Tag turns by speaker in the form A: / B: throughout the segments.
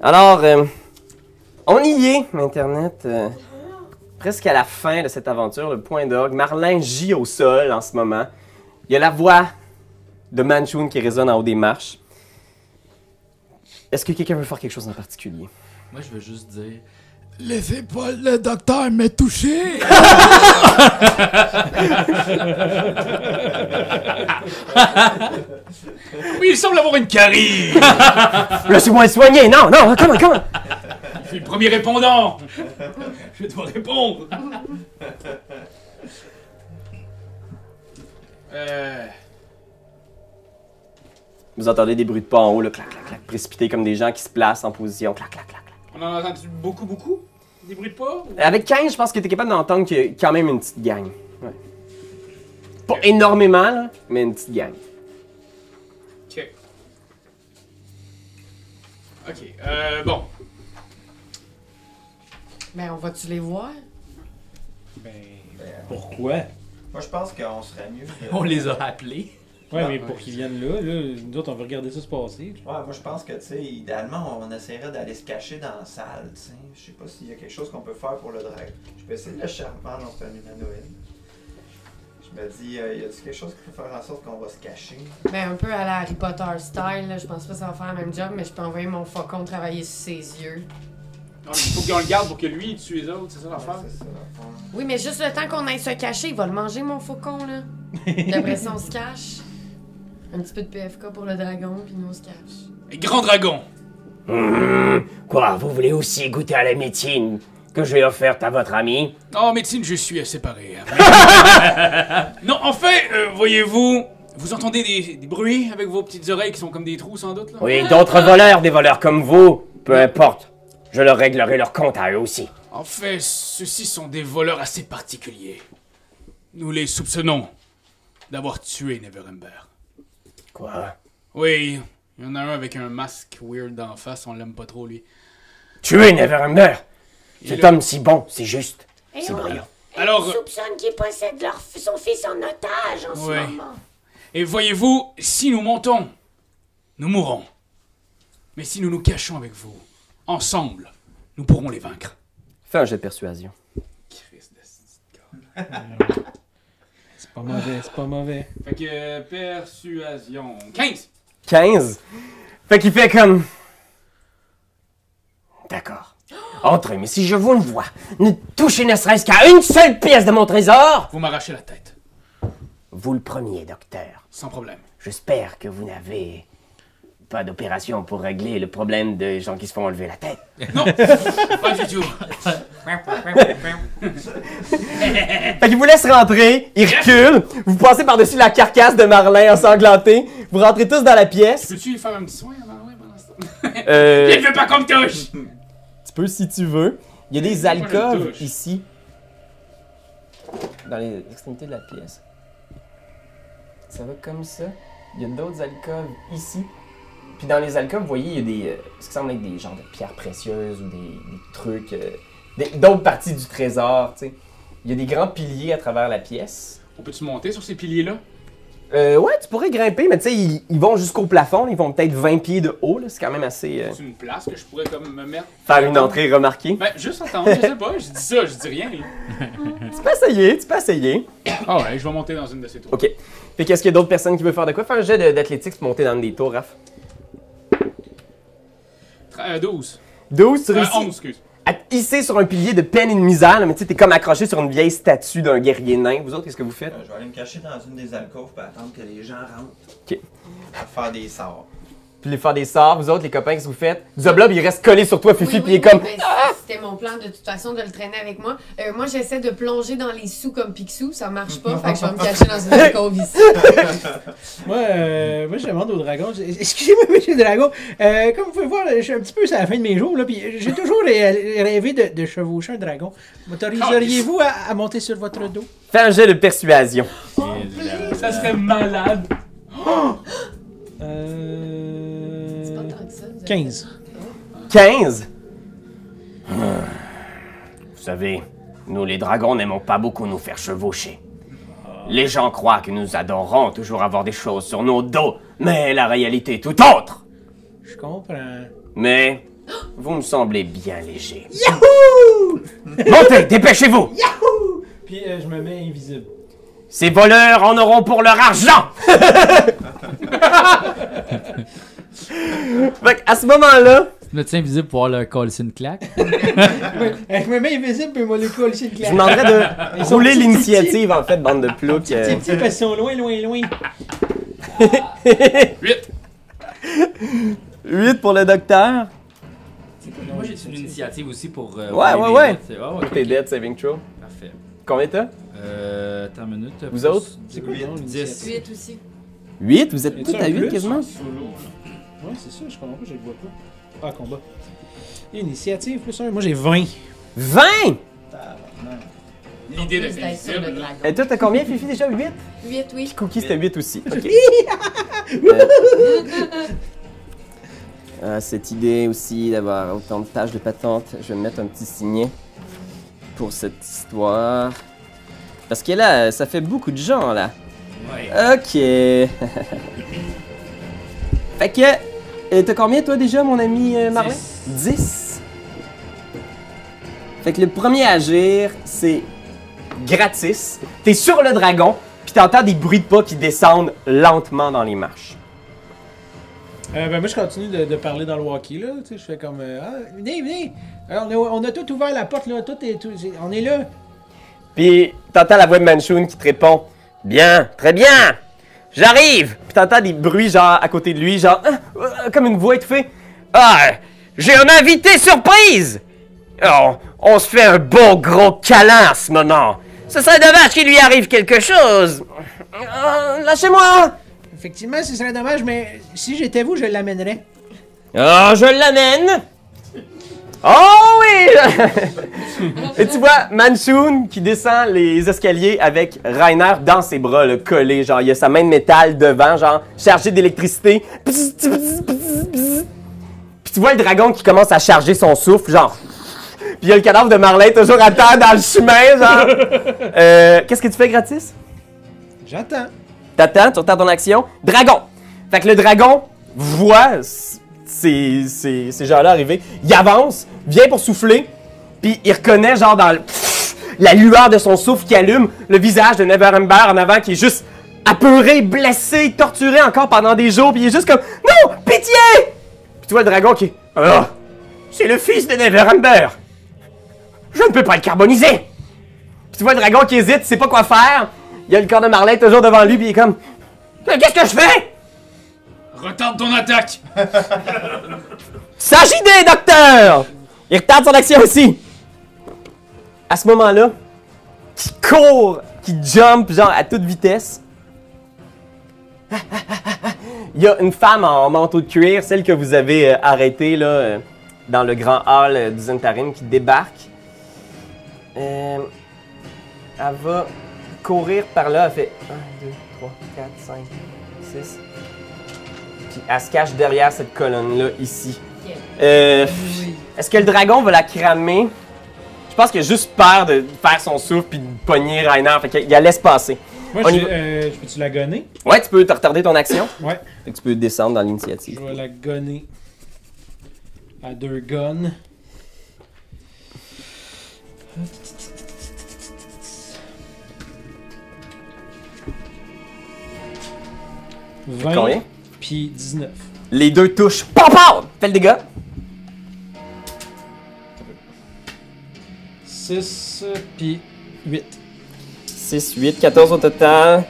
A: Alors, euh, on y est, Internet. euh, presque à la fin de cette aventure, le point d'orgue. Marlin gît au sol en ce moment. Il y a la voix de Manchun qui résonne en haut des marches. Est-ce que quelqu'un veut faire quelque chose en particulier?
B: Moi, je veux juste dire.
C: Laissez pas le docteur me toucher!
D: Oui, il semble avoir une carie!
A: Laissez-moi le soigner! Non, non, comment, comment?
D: Je suis le premier répondant! Je dois répondre! Euh.
A: Vous entendez des bruits de pas en haut, là, clac, clac, clac, précipités comme des gens qui se placent en position, clac, clac, clac. clac.
D: On en a entendu beaucoup, beaucoup? Des bruits de pas? ou-
A: Avec 15, je pense que t'es capable d'entendre qu'il y a quand même une petite gang. Ouais. Pas énormément, là, mais une petite gang.
D: Ok. Ok, euh, bon.
E: Ben, on va-tu les voir?
F: Ben,
B: Pourquoi?
G: Moi, je pense qu'on serait mieux. de-
B: On les a appelés.
F: Ah, ouais, mais pour qu'ils viennent là, là, nous autres, on veut regarder ça se passer.
G: Ouais, moi je pense que, tu sais, idéalement, on essaierait d'aller se cacher dans la salle, tu sais. Je sais pas s'il y a quelque chose qu'on peut faire pour le drague. Je vais essayer de le charmant dans un humanoïde. Je me dis, euh, y a-t-il quelque chose qui peut faire en sorte qu'on va se cacher?
E: Ben, un peu à la Harry Potter style, là. Je pense pas que ça va faire le même job, mais je peux envoyer mon faucon travailler sur ses yeux.
D: Non, il faut qu'on le garde pour que lui, il tue les autres, c'est ça l'affaire?
G: Ouais, c'est ça, dans le fond.
E: Oui, mais juste le temps qu'on aille se cacher, il va le manger, mon faucon, là. D'après ça, on se cache. Un petit peu de PFK pour le dragon, puis nous, on se cache.
D: Grand dragon!
A: Hum, Quoi, vous voulez aussi goûter à la médecine que j'ai offerte à votre ami?
D: En médecine, je suis assez hein. pareil. non, en fait, euh, voyez-vous, vous entendez des, des bruits avec vos petites oreilles qui sont comme des trous, sans doute, là?
H: Ah,
A: Oui, d'autres voleurs, des voleurs comme vous, peu importe. Je leur réglerai leur compte à eux aussi.
D: En fait, ceux-ci sont des voleurs assez particuliers. Nous les soupçonnons d'avoir tué Neverember.
A: Quoi?
D: Oui, il y en a un avec un masque weird en face, on l'aime pas trop, lui.
A: Tuer Neverember! Cet
D: le-
A: homme si bon, c'est juste,
H: Et
A: c'est
H: on,
A: brillant.
D: Alors-
H: on soupçonne qu'il possède leur, f- son fils en otage en
D: Ouais.
H: ce moment.
D: Et voyez-vous, si nous montons, nous mourrons. Mais si nous nous cachons avec vous, ensemble, nous pourrons les vaincre.
A: Fais un jet de persuasion.
F: C'est pas mauvais, c'est pas mauvais.
D: Fait que euh, persuasion. 15!
A: 15? Fait qu'il fait comme... D'accord. Entrez, mais si je vous le vois, ne touchez ne serait-ce qu'à une seule pièce de mon trésor!
D: Vous m'arrachez la tête,
A: Vous le premier, docteur.
D: sans problème.
A: J'espère que vous n'avez pas d'opération pour régler le problème des gens qui se font enlever la tête.
D: Non! pas du tout!
A: Fait qu'il vous laisse rentrer, il recule, vous passez par-dessus la carcasse de Marlin ensanglanté, vous rentrez tous dans la pièce.
D: Peux-tu lui faire un petit soin avant, ouais, pendant ce temps?
A: Euh,
D: Il veut pas qu'on me touche!
A: tu peux si tu veux. Il y a des
D: me
A: alcôves
D: touche.
A: ici. Dans les extrémités de la pièce. Ça va comme ça. Il y a d'autres alcôves ici. Puis dans les alcôves, vous voyez, il y a des, euh, ce qui semble être des genres de pierres précieuses ou des, des trucs, euh, des- d'autres parties du trésor, tu sais. Il y a des grands piliers à travers la pièce.
D: On peut-tu monter sur ces piliers-là?
A: Euh, ouais, tu pourrais grimper, mais tu sais, ils, ils vont jusqu'au plafond, ils vont peut-être 20 pieds de haut, là, c'est quand même assez. euh,
D: C'est une place que je pourrais comme me mettre.
A: Faire une entrée remarquée.
D: Ben, juste attendre, je sais pas, je dis ça, je dis rien. là.
A: Tu peux essayer, tu peux essayer.
D: Ah ouais, je vais monter dans une de ces tours.
A: Ok. Fait qu'est-ce qu'il y a d'autres personnes qui veulent faire de quoi Faire un jet de- d'athlétique pour monter dans des tours, Raph.
D: Tra- euh, 12.
A: 12, tu
D: Euh,
A: réussis
D: 11, excuse.
A: à te hisser sur un pilier de peine et de misère, là, mais tu sais, t'es comme accroché sur une vieille statue d'un guerrier nain. Vous autres, qu'est-ce que vous faites
G: Euh, je vais aller me cacher dans une des alcôves pour attendre que les gens rentrent.
A: Ok.
G: À faire des sorts.
A: Puis les faire des sorts, vous autres, les copains, qu'est-ce que vous faites Zoblob, il reste collé sur toi, Fifi, puis il est comme.
E: mais C'était mon plan de toute façon de le traîner avec moi. Euh, moi, j'essaie de plonger dans les sous comme Picsou, ça marche pas, fait que je vais me cacher dans une alcôve ici.
F: Moi, euh, moi, je demande au dragon, je- excusez-moi, monsieur dragon, euh, comme vous pouvez voir, je suis un petit peu à la fin de mes jours, là, puis j'ai toujours ré- rêvé de, de chevaucher un dragon. M'autoriseriez-vous à, à monter sur votre dos?
A: Fais un jet de persuasion.
D: Ça serait malade.
F: Euh...
E: C'est pas tant que ça, vous avez-
F: 15.
A: 15 Vous savez, nous les dragons n'aimons pas beaucoup nous faire chevaucher. Les gens croient que nous adorons toujours avoir des choses sur nos dos, mais la réalité est tout autre.
F: Je comprends.
A: Mais Vous me semblez bien léger. Yahoo! Montez, dépêchez-vous!
F: Puis euh, je me mets invisible.
A: Ces voleurs en auront pour leur argent! fait que à ce moment-là,
I: Tu me tiens invisible pour leur coller une claque.
F: Ouais, euh, je me mets invisible, puis moi, le coup, aussi, le
A: je
F: claque.
A: vous demanderais de
F: sont
A: rouler
F: petits,
A: l'initiative, en fait, bande de ploucs. euh.
F: C'est petit parce qu'ils sont loin, loin, loin.
A: 8 pour le docteur.
B: Moi, j'ai une initiative aussi pour. euh,
A: Ouais,
B: pour
A: ouais,
B: les
A: ouais.
B: autres, c'est- ouais, ouais,
A: T'es
B: ok,
A: dead saving throw.
B: ok, Parfait.
A: Combien t'as?
B: Euh. Attends une minute.
A: Vous
B: plus
A: autres?
B: dix-
G: quoi le nom de
B: dix.
E: 8 aussi.
A: 8? Vous êtes
F: Y
A: tous
F: a-t-il
A: à
F: un
A: 8
F: plus?
A: quasiment?
F: Ouais, c'est ça, je comprends pas, je le vois pas. Ah, combat. Initiative plus un. Moi, j'ai 20.
A: 20!
D: L'idée de
E: Plus d'être sur le dragon.
A: Et toi, t'as combien, Fifi, déjà? 8?
E: 8, oui.
A: Cookie, c'était 8 aussi. Ok. Euh, euh, cette idée aussi d'avoir autant de pages de patente, je vais mettre un petit signet pour cette histoire. Parce que là, euh, ça fait beaucoup de gens, là.
B: Ouais.
A: Ok. fait que. euh, T'as combien, toi, déjà, mon ami euh, Marlin 10. Fait que le premier à agir, c'est gratis. T'es sur le dragon, puis t'entends des bruits de pas qui descendent lentement dans les marches.
F: Euh, ben, moi, je continue de, de parler dans le walkie, là. Tu sais, je fais comme. euh, ah, venez, venez. Euh, on, a, on a tout ouvert la porte, là. Tout est, tout- j'ai- on est là.
A: Puis t'entends la voix de Manchun qui te répond Bien, très bien, j'arrive. Puis t'entends des bruits genre à côté de lui, genre Ah, ah, comme une voix étouffée. Ah, j'ai un invité surprise. Oh, on se fait un beau gros câlin en ce moment. Ce serait dommage qu'il lui arrive quelque chose. Ah, Lâchez-moi.
F: Effectivement, ce serait dommage, mais si j'étais vous, je l'amènerais.
A: Oh, je l'amène! Oh oui! Et tu vois Manchun qui descend les escaliers avec Rainer dans ses bras, le collé. Genre, il a sa main de métal devant, genre, chargée d'électricité. Pss, pss, pss, pss, pss. Puis tu vois le dragon qui commence à charger son souffle, genre. Puis il y a le cadavre de Marley toujours à terre dans le chemin, genre. Euh, Qu'est-ce que tu fais gratis?
F: J'entends.
A: T'attends, tu retardes ton action. Dragon! Fait que le dragon voit c- ces, ces, ces gens-là arriver. Il avance, vient pour souffler, puis il reconnaît, genre, dans le- la lueur de son souffle qui allume, le visage de Neverember en avant qui est juste apeuré, blessé, torturé encore pendant des jours, puis il est juste comme Non! Pitié! Puis tu vois le dragon qui est Oh! C'est le fils de Neverember! Je ne peux pas le carboniser! Puis tu vois le dragon qui hésite, il sait pas quoi faire. Il y a le corps de Marlin toujours devant lui, puis il est comme Mais Qu'est-ce que je fais
D: Retarde ton attaque!
A: S'agit des docteur Il retarde son action aussi. À ce moment-là, qui court, qui jump, genre à toute vitesse. Il y a une femme en manteau de cuir, celle que vous avez euh, arrêtée là, euh, dans le grand hall euh, du Zentarim, qui débarque. Euh, elle va courir par là, elle fait 1, 2, 3, 4, 5, 6. Puis elle se cache derrière cette colonne-là, ici.
E: Ok.
A: Euh, Est-ce que le dragon va la cramer? Je pense qu'il a juste peur de faire son souffle puis de pogner Rainer, fait qu'il la laisse passer.
F: Moi,
A: On
F: je,
A: y va.
F: euh, je peux-tu la gonner?
A: Ouais, tu peux te retarder ton action.
F: Ouais.
A: Fait que tu peux descendre dans
F: Je
A: l'initiative.
F: vais la gonner. À deux guns. Vingt,
A: Combien?
F: Puis 19.
A: Les deux touchent. Pam, pam! Fais le dégât.
F: 6, puis 8.
A: 6, 8, 14 au total.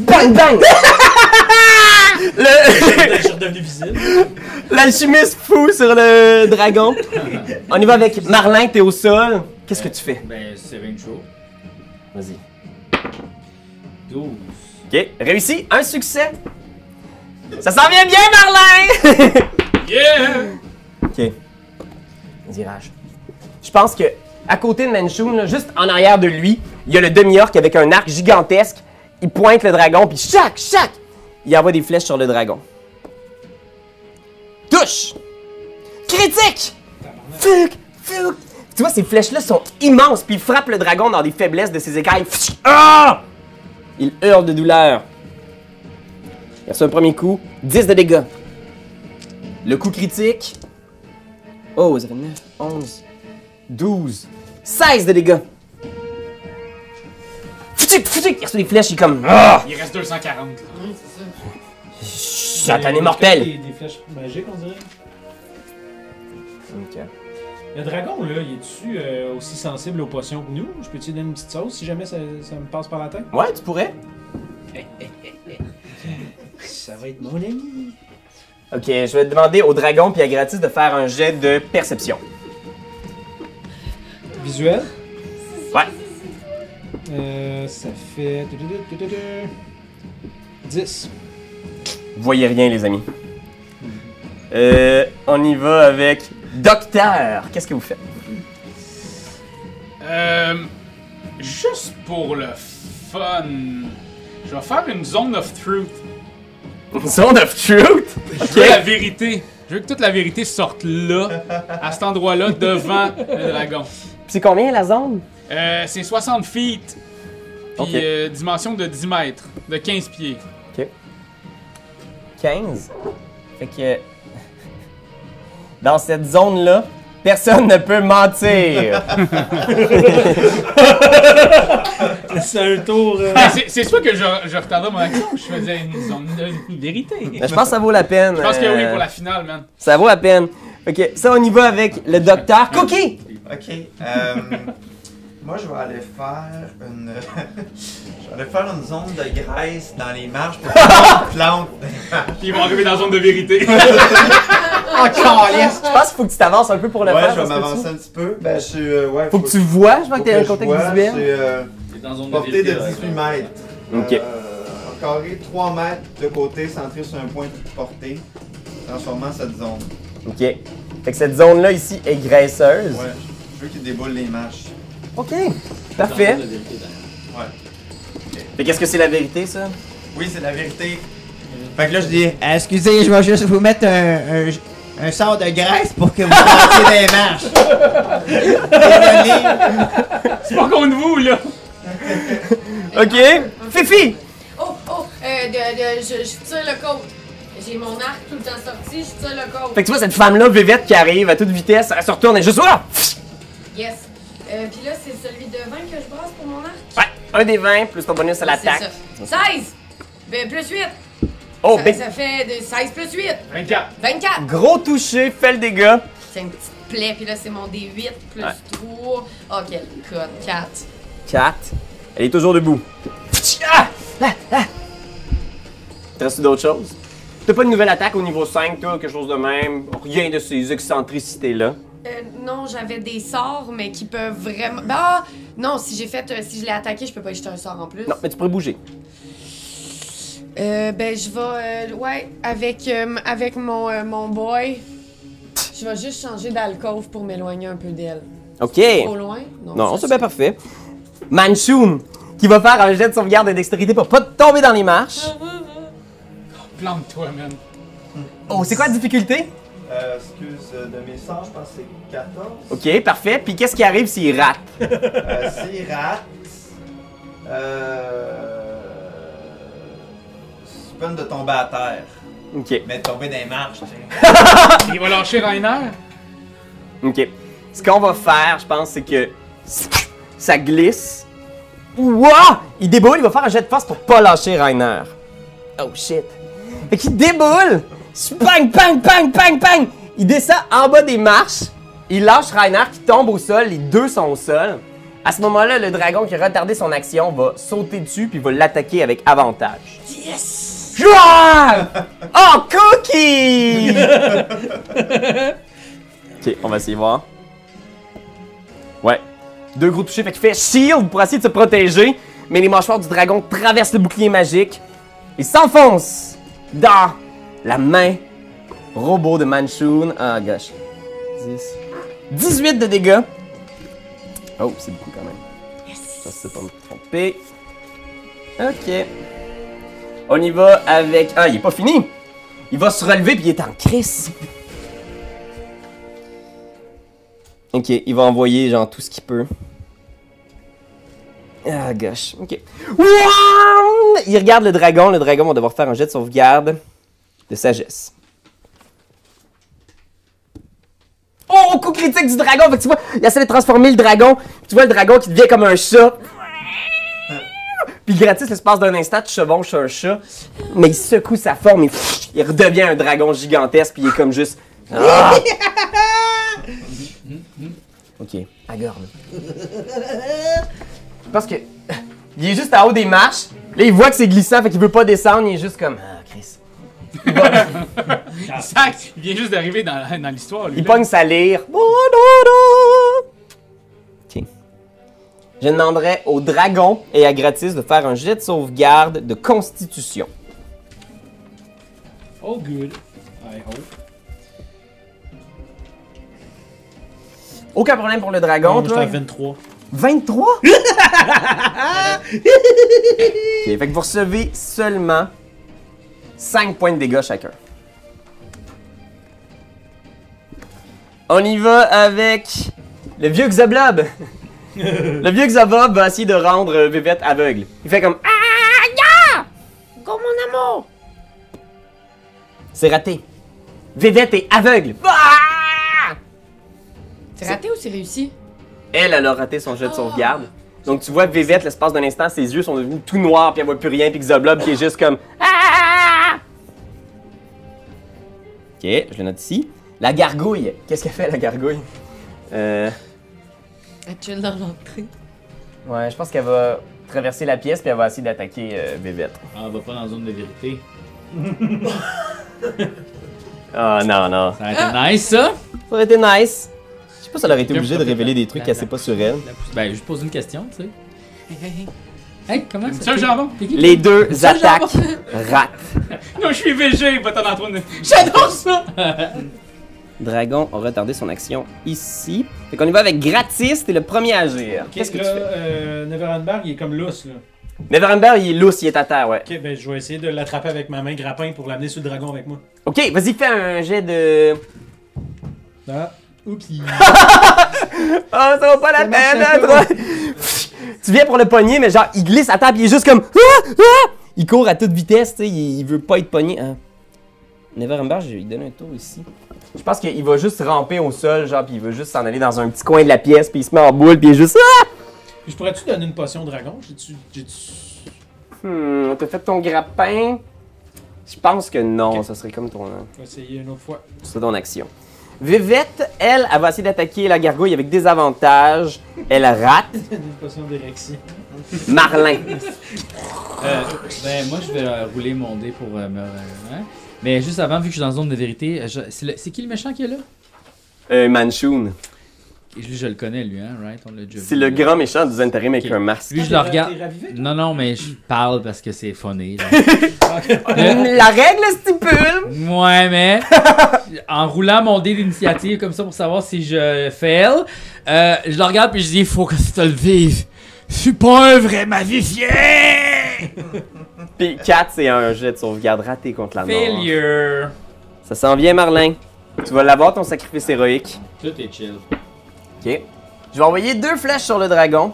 A: Bang, bang! le...
D: Je suis redevenu visible.
A: L'alchimiste fou sur le dragon. On y va avec Marlin, t'es au sol. Qu'est-ce que tu fais?
B: Ben, saving throw.
A: Vas-y.
B: 12.
A: Ok, réussi, un succès. Ça s'en vient bien, Marlin!
D: Yeah!
A: Ok. Virage. Je pense que, à côté de Manchun, là, juste en arrière de lui, il y a le demi-orc avec un arc gigantesque. Il pointe le dragon, puis chac, chac, il envoie des flèches sur le dragon. Touche! Critique! Fuck! Fuck! Tu vois, ces flèches-là sont immenses, puis il frappe le dragon dans les faiblesses de ses écailles. Fch! Ah! Il hurle de douleur. Il reçoit un premier coup, 10 de dégâts. Le coup critique, Oh, ça fait 9, 11, 12, 16 de dégâts. Futuc, futuc, il reçoit des flèches, il est comme. Ah!
D: Il reste 240. là.
E: Oui, c'est ça.
A: Satan
F: Euh,
A: est mortel!
F: Des, des flèches magiques, on dirait.
A: Ok.
F: Le dragon, là, il est-tu euh, aussi sensible aux potions que nous? Je peux-tu lui donner une petite sauce si jamais ça, ça me passe par la tête?
A: Ouais, tu pourrais.
F: Ça va être mon ami.
A: Ok, je vais demander au dragon puis à Gratis de faire un jet de perception.
F: Visuel?
A: Ouais.
F: Euh, ça fait... tu, tu, tu, tu, tu, tu. 10.
A: Vous voyez rien, les amis. Euh, on y va avec Docteur. Qu'est-ce que vous faites?
D: Euh, juste pour le fun, je vais faire une zone of truth.
A: Zone of Truth?
D: Je veux la vérité. Je veux que toute la vérité sorte là, à cet endroit-là, devant le dragon.
A: C'est combien la zone?
D: Euh, c'est 60 feet. Puis
A: Ok.
D: euh, dimension de 10 mètres, de 15 pieds.
A: 15. Fait que. Dans cette zone-là, personne ne peut mentir.
F: C'est un tour... euh,
D: Ah, c'est- c'est soit que je, je retardais mon action ou je faisais une zone de une vérité.
A: Mais je pense que ça vaut la peine.
D: Je pense que oui
A: euh,
D: pour la finale, man.
A: Ça vaut la peine. Ok, ça on y va avec le docteur Cookie!
G: Ok. euh, moi, je vais aller faire une. je vais aller faire une zone de graisse dans les marches pour que les plantes.
D: Puis ils vont arriver dans la zone de vérité.
G: Encore yes!
A: Je pense qu'il faut que tu t'avances un peu pour le
G: Ah, Ouais,
A: faire.
G: je vais
A: parce que
G: m'avancer un petit peu. Ben, je suis. euh, ouais,
A: tu- Faut que tu vois, je vois que t'as un
G: je
A: contact
G: vois,
A: visuel.
G: C'est euh,
B: Il est dans zone
G: portée de
B: vérité, là,
G: 18
B: ouais.
G: mètres.
A: Ok.
G: Euh, un carré 3 mètres de côté, centré sur un point de portée, transformant cette zone.
A: Ok. Fait que cette zone-là ici est graisseuse.
G: Ouais. Je veux qu'il déboule les marches.
A: Ok.
B: Dans zone
A: Parfait.
B: de vérité, d'ailleurs.
A: Mais qu'est-ce que c'est la vérité, ça?
G: Oui, c'est la vérité. Fait que là, je dis.
J: Excusez, je vais juste vous mettre un, un, un sort de graisse pour que vous passiez dans les marches. Désolé.
D: c'est pas contre vous, là.
A: Ok. Fifi!
E: Oh, oh, euh, de, de, je, je tire le code. J'ai mon arc tout le temps sorti, je tire le code.
A: Fait que tu vois cette femme-là, Vivette, qui arrive à toute vitesse, elle se retourne et juste. Ah!
E: Yes. Euh, Puis là, c'est celui de 20 que je brasse pour mon arc.
A: Ouais. Un des 20 plus ton bonus à l'attaque.
E: C'est ça. 16! Ben, plus 8!
A: Oh,
E: ça,
A: big.
E: ça fait de 16 plus 8!
D: 24.
E: 24!
A: Gros touché, fais le dégât.
E: C'est une petite plaie, puis là, c'est mon D8 plus
A: Ouais.
E: 3. Oh, quel code! 4.
A: 4. Elle est toujours debout. Ah! Ah! Ah! T'as-tu d'autres choses? T'as pas de nouvelle attaque au niveau 5, toi, quelque chose de même? Rien de ces excentricités-là.
E: Euh, non, j'avais des sorts, mais qui peuvent vraiment. Ben, Ah! Non, si j'ai fait. euh, si je l'ai attaqué, je peux pas y jeter un sort en plus.
A: Non, mais tu pourrais bouger.
E: Euh, ben, je vais. euh, ouais, avec, euh, avec mon, euh, mon boy. Je vais juste changer d'alcôve pour m'éloigner un peu d'elle.
A: Ok.
E: Trop loin?
A: Non,
E: ça,
A: c'est bien parfait. Manchum, qui va faire un jet de sauvegarde de dextérité pour pas tomber dans les marches.
D: Plante-toi, man.
A: Oh, c'est quoi la difficulté?
G: Euh, excuse euh, de mes sorts, je pense que c'est 14.
A: Ok, parfait. Puis qu'est-ce qui arrive s'il rate?
G: Euh, s'il rate. Euh. C'est pas une de tomber à terre,
A: Ok,
G: mais de tomber dans les marches, tu sais.
D: Il va lâcher Rainer.
A: ok. Ce qu'on va faire, je pense, c'est que ça glisse. Ouah! Il déboule, il va faire un jet de force pour pas lâcher Rainer. Oh shit. Fait qu'il déboule. Bang, bang, bang, bang, bang. Il descend en bas des marches. Il lâche Rainer qui tombe au sol. Les deux sont au sol. À ce moment-là, le dragon qui a retardé son action va sauter dessus puis va l'attaquer avec avantage. Yes! Oh, cookie! ok, on va essayer de voir. Ouais. Deux gros touchés, fait qu'il fait shield pour essayer de se protéger. Mais les mâchoires du dragon traversent le bouclier magique. Il s'enfonce dans la main robot de Manchun. Ah, gosh. 10. 18 de dégâts. Oh, c'est beaucoup quand même. Ça, c'est pas me tromper. Ok. On y va avec. Ah, il est pas fini! Il va se relever puis il est en crise. Ok, il va envoyer genre tout ce qu'il peut. Ah, gosh. Ok. Wouah! Il regarde le dragon. Le dragon va devoir faire un jet de sauvegarde de sagesse. Oh, au coup critique du dragon! Fait que tu vois, il essaie de transformer le dragon. Tu vois le dragon qui devient comme un chat. Puis gratis, l'espace d'un instant, tu chevauches un chat. Mais il secoue sa forme et pfff, il redevient un dragon gigantesque. Puis il est comme juste. Ah! ok, agorne. Parce que. Il est juste en haut des marches. Là, il voit que c'est glissant, fait qu'il veut pas descendre. Il est juste comme. Ah, Chris.
D: Ah. Sac, il vient juste d'arriver dans, dans l'histoire, lui.
A: Il
D: là.
A: pogne sa lyre. Tiens. Je demanderai au dragon et à Gratis de faire un jet de sauvegarde de constitution.
D: Oh, good. I hope.
A: Aucun problème pour le dragon,
F: Moi, j'étais
A: toi.
F: à 23.
A: 23? Ok, fait que vous recevez seulement 5 points de dégâts chacun. On y va avec le vieux Xablob. le vieux Xablob va essayer de rendre euh, Vivette aveugle. Il fait comme Ah!
H: Go, mon amour!
A: C'est raté. Vivette est aveugle. Ah!
E: C'est raté ou c'est réussi?
A: Elle, elle a raté son jet de sauvegarde. Donc tu vois Vivette, l'espace d'un instant, ses yeux sont devenus tout noirs, puis elle voit plus rien, puis Xoblob qui est juste comme Ah! Ok, je le note ici. La gargouille. Qu'est-ce qu'elle fait la gargouille Euh,
E: Elle chill dans l'entrée.
A: ouais, je pense qu'elle va traverser la pièce puis elle va essayer d'attaquer euh, Vivette.
B: Ah, on va pas dans la zone de vérité.
A: Ah non non. Ça
B: Ça a été nice, ça.
A: aurait été nice. Je sais pas si elle aurait été obligée de révéler des trucs qu'elle sait pas sur elle.
B: La pousse- Ben, je pose une question, tu sais. Hey, comment
D: Hein, C'est un jambon.
B: T'es qui?
A: Les deux
B: Ça,
A: attaques ratent.
D: Non, je suis VG, va t'en Antoine. J'adore ça!
A: Dragon a retardé son action ici. Fait qu'on y va avec Gratis, t'es le premier à agir. Qu'est-ce que tu
F: là,
A: fais?
F: euh, Neverendberg, il est comme lousse, là.
A: Neverember, il est lousse, il est à terre, ouais.
F: Ok, ben je vais essayer de l'attraper avec ma main grappin pour l'amener sur le dragon avec moi.
A: Ok, vas-y, fais un jet de.
F: Ah, oupsie.
A: Oh, ça vaut pas la peine, hein, toi! Tu viens pour le pogner, mais genre, il glisse à terre, puis il est juste comme. Ah! Ah! Il court à toute vitesse, tu sais, il, il veut pas être pogné. Hein. Neverember, je vais lui donner un tour ici. Je pense qu'il va juste ramper au sol, genre, puis il veut juste s'en aller dans un petit coin de la pièce, puis il se met en boule, puis il est juste. Ah!
F: je pourrais-tu donner une potion au dragon? J'ai-tu... j'ai-tu-
A: Hmm, t'as fait ton grappin? Je pense que non,
F: Ok.
A: ça serait comme ton.
F: Je vais essayer une autre fois.
A: C'est ton action. Vivette, elle, elle va essayer d'attaquer la gargouille avec des avantages. Elle rate.
F: Une potion d'érexie.
A: Marlin.
B: Euh, ben, moi, je vais euh, rouler mon dé pour euh, me. hein. Mais juste avant, vu que je suis dans la zone de vérité, euh, je- c'est le- c'est qui le méchant qui est là
A: Euh, Manchun.
B: Lui, je le connais, lui, hein, right On l'a déjà
A: C'est
B: vu.
A: le grand méchant du intérim avec
B: Ok.
A: un masque.
B: Lui, je le
F: Ah, t'es-
B: regarde.
F: t'es ravivé, toi?
B: Non, non, mais je parle parce que c'est funny. genre. Euh.
A: La règle stipule.
B: Ouais, mais en roulant mon dé d'initiative comme ça pour savoir si je fail, euh, je le regarde puis je dis faut que tu le vives.
C: Je suis pas un vrai magicien!
A: Puis 4, c'est un jet de sauvegarde raté contre la mort.
B: Failure.
A: Ça s'en vient, Marlin. Tu vas l'avoir, ton sacrifice héroïque.
B: Tout est chill.
A: Ok. Je vais envoyer deux flèches sur le dragon.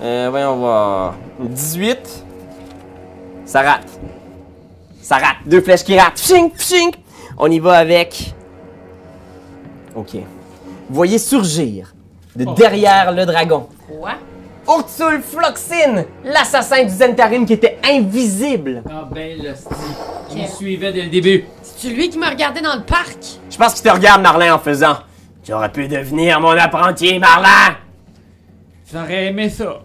A: Euh, voyons voir. 18. Ça rate. Ça rate. Deux flèches qui ratent. Pshink, pshink. On y va avec. Ok. Vous voyez surgir de
B: Oh.
A: derrière le dragon.
E: Quoi?
A: Urtul Floxin, l'assassin du Zentarim qui était invisible.
B: Ah ben le style. Je
E: Quel-
B: me suivais dès le début.
E: C'est-tu lui qui m'a regardé dans le parc?
A: Je pense qu'il te regarde, Marlin, en faisant. Tu aurais pu devenir mon apprenti, Marlin.
B: J'aurais aimé ça.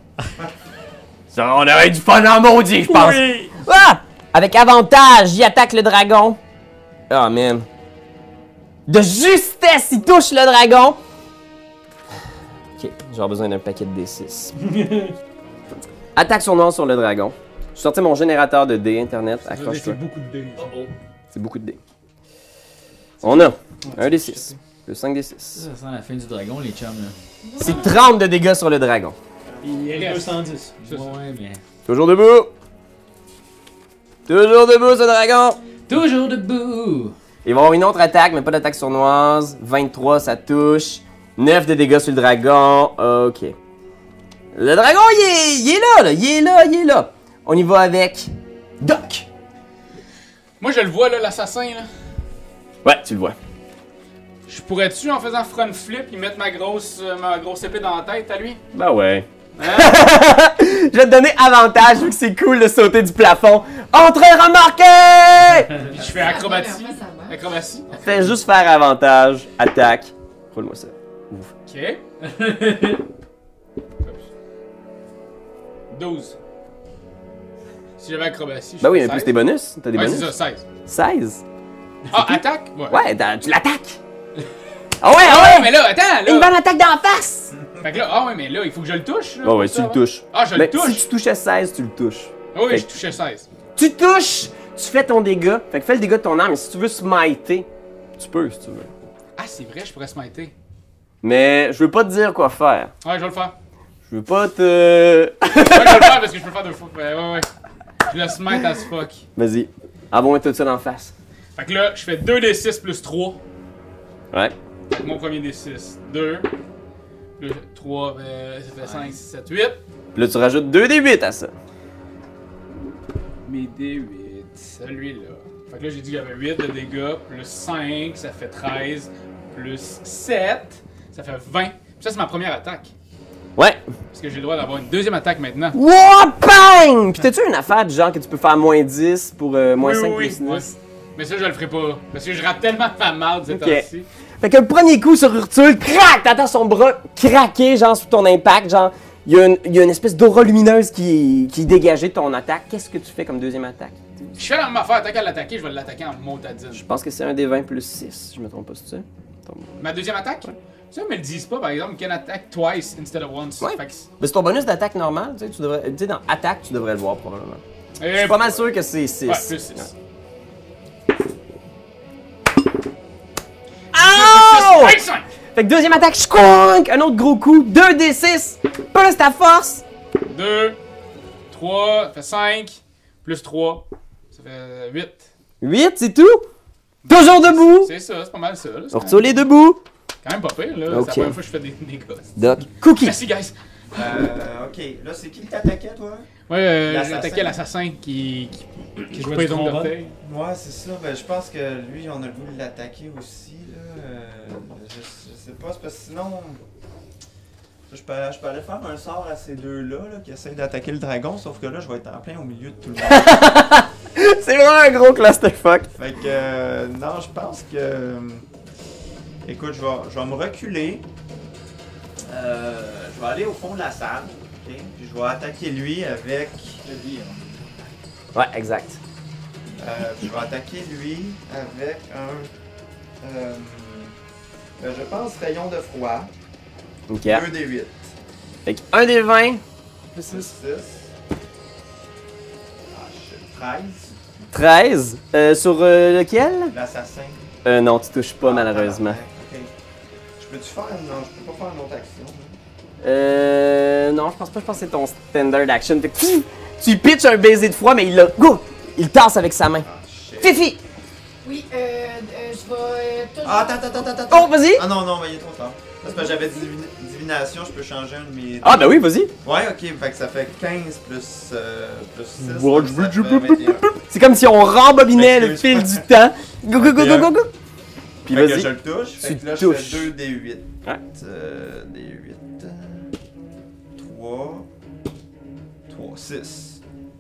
A: Ça, On aurait du fun en maudit, je pense. Ah! Avec avantage, il attaque le dragon. Oh man. De justesse, il touche le dragon. Ok, j'aurai besoin d'un paquet de D6. Attaque sournoise sur le dragon. Je sorti mon générateur de dés internet.
F: C'est
A: Accroche-toi.
F: beaucoup de dés.
A: C'est beaucoup de dés. On a un D6. Le 5 D6.
B: Ça sent la fin du dragon les chums là.
A: C'est 30 de dégâts sur le dragon.
F: Il est 210.
B: Ouais mais.
A: Toujours debout. Toujours debout, ce dragon.
B: Toujours debout.
A: Il va avoir une autre attaque, mais pas d'attaque sournoise. 23, ça touche. 9 de dégâts sur le dragon. Ok. Le dragon, il est, il est là, là. Il est là, il est là. On y va avec Doc.
D: Moi, je le vois, là, l'assassin, là.
A: Ouais, tu le vois.
D: Je pourrais-tu, en faisant front flip, y mettre ma grosse, euh, ma grosse épée dans la tête à lui?
A: Bah ouais.
D: Hein?
A: Je vais te donner avantage vu que c'est cool de sauter du plafond. Entrée remarquée!
D: Puis je fais acrobatie. Acrobatie.
A: Fais juste faire avantage, attaque. Roule-moi ça.
D: Ok. 12. Si j'avais acrobatie, je
A: Bah oui,
D: fais
A: mais plus
D: 16.
A: tes bonus. T'as des
D: Ouais,
A: bonus.
D: c'est ça, 16.
A: 16?
D: Ah, attaque? Ouais.
A: Ouais, t'as- tu l'attaques! Ah ouais,
D: Ah
A: ah
D: ouais, mais là, attends,
A: ouais! Une
D: là!
A: bonne attaque d'en face!
D: Fait que là, ah ouais, mais là, il faut que je le touche. là,
A: Ah ouais,
D: pour
A: tu
D: ça,
A: le touches.
D: Ah, je
A: Ben,
D: le touche.
A: Si tu touchais 16, tu le touches.
D: Ah oui,
A: Fait
D: je touchais 16.
A: Tu touches, tu fais ton dégât. Fait que fais le dégât de ton arme. Et si tu veux smiter, tu peux si tu veux.
D: Ah, c'est vrai, je pourrais se mater.
A: Mais je veux pas te dire quoi faire.
D: Ouais, je vais le faire.
A: Je veux pas te.
D: Ouais, je vais le faire parce que je peux le faire deux fois. Ouais, ouais, ouais. Je le smite as fuck.
A: Vas-y. Avant tout ça en face.
D: Fait que là, je fais 2d6 plus 3.
A: Ouais.
D: Mon premier d6. 2. Plus 3, ça fait 5, 6, 7, 8.
A: Puis là, tu rajoutes 2d8 à ça.
D: Mes d8. Celui-là. Fait que là, j'ai dit qu'il y avait 8 de dégâts. Plus 5, ça fait 13. Plus 7, ça fait 20. Puis ça, c'est ma première attaque.
A: Ouais.
D: Parce que j'ai le droit d'avoir une deuxième attaque maintenant.
A: Wow, bang! Puis t'as-tu une affaire du genre que tu peux faire moins 10 pour euh, moins
D: Oui,
A: 5
D: oui,
A: plus
D: oui.
A: 10?
D: Mais ça, je le ferai pas. Parce que je rate tellement ma marde cette
A: Ok.
D: temps-ci.
A: Fait que le premier coup sur Urtul, crac! T'entends son bras craquer, genre, sous ton impact, genre. Il y, a une- il y a une espèce d'aura lumineuse qui, qui est dégagée de ton attaque. Qu'est-ce que tu fais comme deuxième attaque?
D: Je fais la même affaire, attaque à l'attaquer, je vais l'attaquer en montadine.
A: Je pense que c'est un des 20 plus 6, je me trompe pas, c'est ça?
D: Ma deuxième attaque? Ça, me le disent pas, par exemple, you can attack twice instead of once.
A: Ouais.
D: Fait que-
A: Mais c'est ton bonus d'attaque normal, tu sais, tu devrais. Tu sais, dans attaque, tu devrais le voir probablement. Je
D: Eh,
A: suis pas mal sûr que c'est 6.
D: Ouais, plus 6.
A: Oh!
D: 25!
A: Fait que deuxième attaque, squonk! Un autre gros coup, 2d6, plus ta force!
D: 2, 3, ça fait 5, plus 3, ça fait 8.
A: 8, c'est tout? Toujours debout!
D: C'est ça, c'est pas mal ça. là. C'est
A: Ortul est debout!
D: quand même pas pire, là.
A: Ok.
D: C'est la première fois que je fais des, des gosses.
A: Doc. Cookie!
D: Merci, guys.
G: Euh, ok, là c'est qui qui t'attaquait toi?
D: Ouais, euh, j'ai
G: L'assassin.
D: attaqué l'assassin qui. qui, qui
F: jouait
D: coupait
F: du
D: les ongles
F: trombone.
D: d'orteil.
G: Moi c'est ça, ben, je pense que lui on a voulu l'attaquer aussi là. Euh, je, je sais pas, c'est parce que sinon. Je peux, je peux aller faire un sort à ces deux-là là, qui essayent d'attaquer le dragon, sauf que là je vais être en plein au milieu de tout le monde.
A: C'est vraiment un gros clusterfuck!
G: fait que euh, non, je pense que. euh, Écoute, je vais, je vais me reculer. Euh, je vais aller au fond de la salle. ok? Puis je vais attaquer lui avec.
A: Ouais, exact.
G: Euh, je vais attaquer lui avec un. euh, euh, je pense rayon de froid.
A: Ok.
G: 2d8.
A: Fait que 1 des 20,
G: Plus 6. Ah, shit. 13.
A: 13. Euh, sur euh, lequel?
G: L'assassin.
A: Euh, non, tu touches pas,
G: Ah,
A: malheureusement.
G: ok. Je peux-tu faire. Non, je peux pas faire une autre action. hein? là.
A: Euh. Non, je pense pas, je pense que c'est ton standard action. Fait que pfff, tu lui pitches un baiser de froid, mais il l'a. Go! Il tasse avec sa main.
G: Ah, shit.
A: Fifi!
E: Oui, euh, euh, je vais. euh, toujours-
G: Ah, attends, attends, attends, attends,
A: Oh,
G: attends.
A: vas-y!
G: Ah non, non, mais il est trop tard. Parce que j'avais divina- divination, je peux changer un de mes.
A: Ah, ben oui, vas-y!
G: Ouais, ok, fait que ça fait 15 plus, euh, plus 6.
A: Bon,
G: donc
A: je
G: ça
A: veux- je
G: fait
A: veux-
G: 21.
A: C'est comme si on rembobinait
G: Mais
A: le
G: je-
A: fil du temps. Go, go, go, go, go, go! Puis
G: fait que
A: vas-y.
G: je le touche, fait
A: Tu
G: que là
A: touches.
G: je fais 2 D8.
A: Ouais.
G: Euh, D8. 3. 3, 6.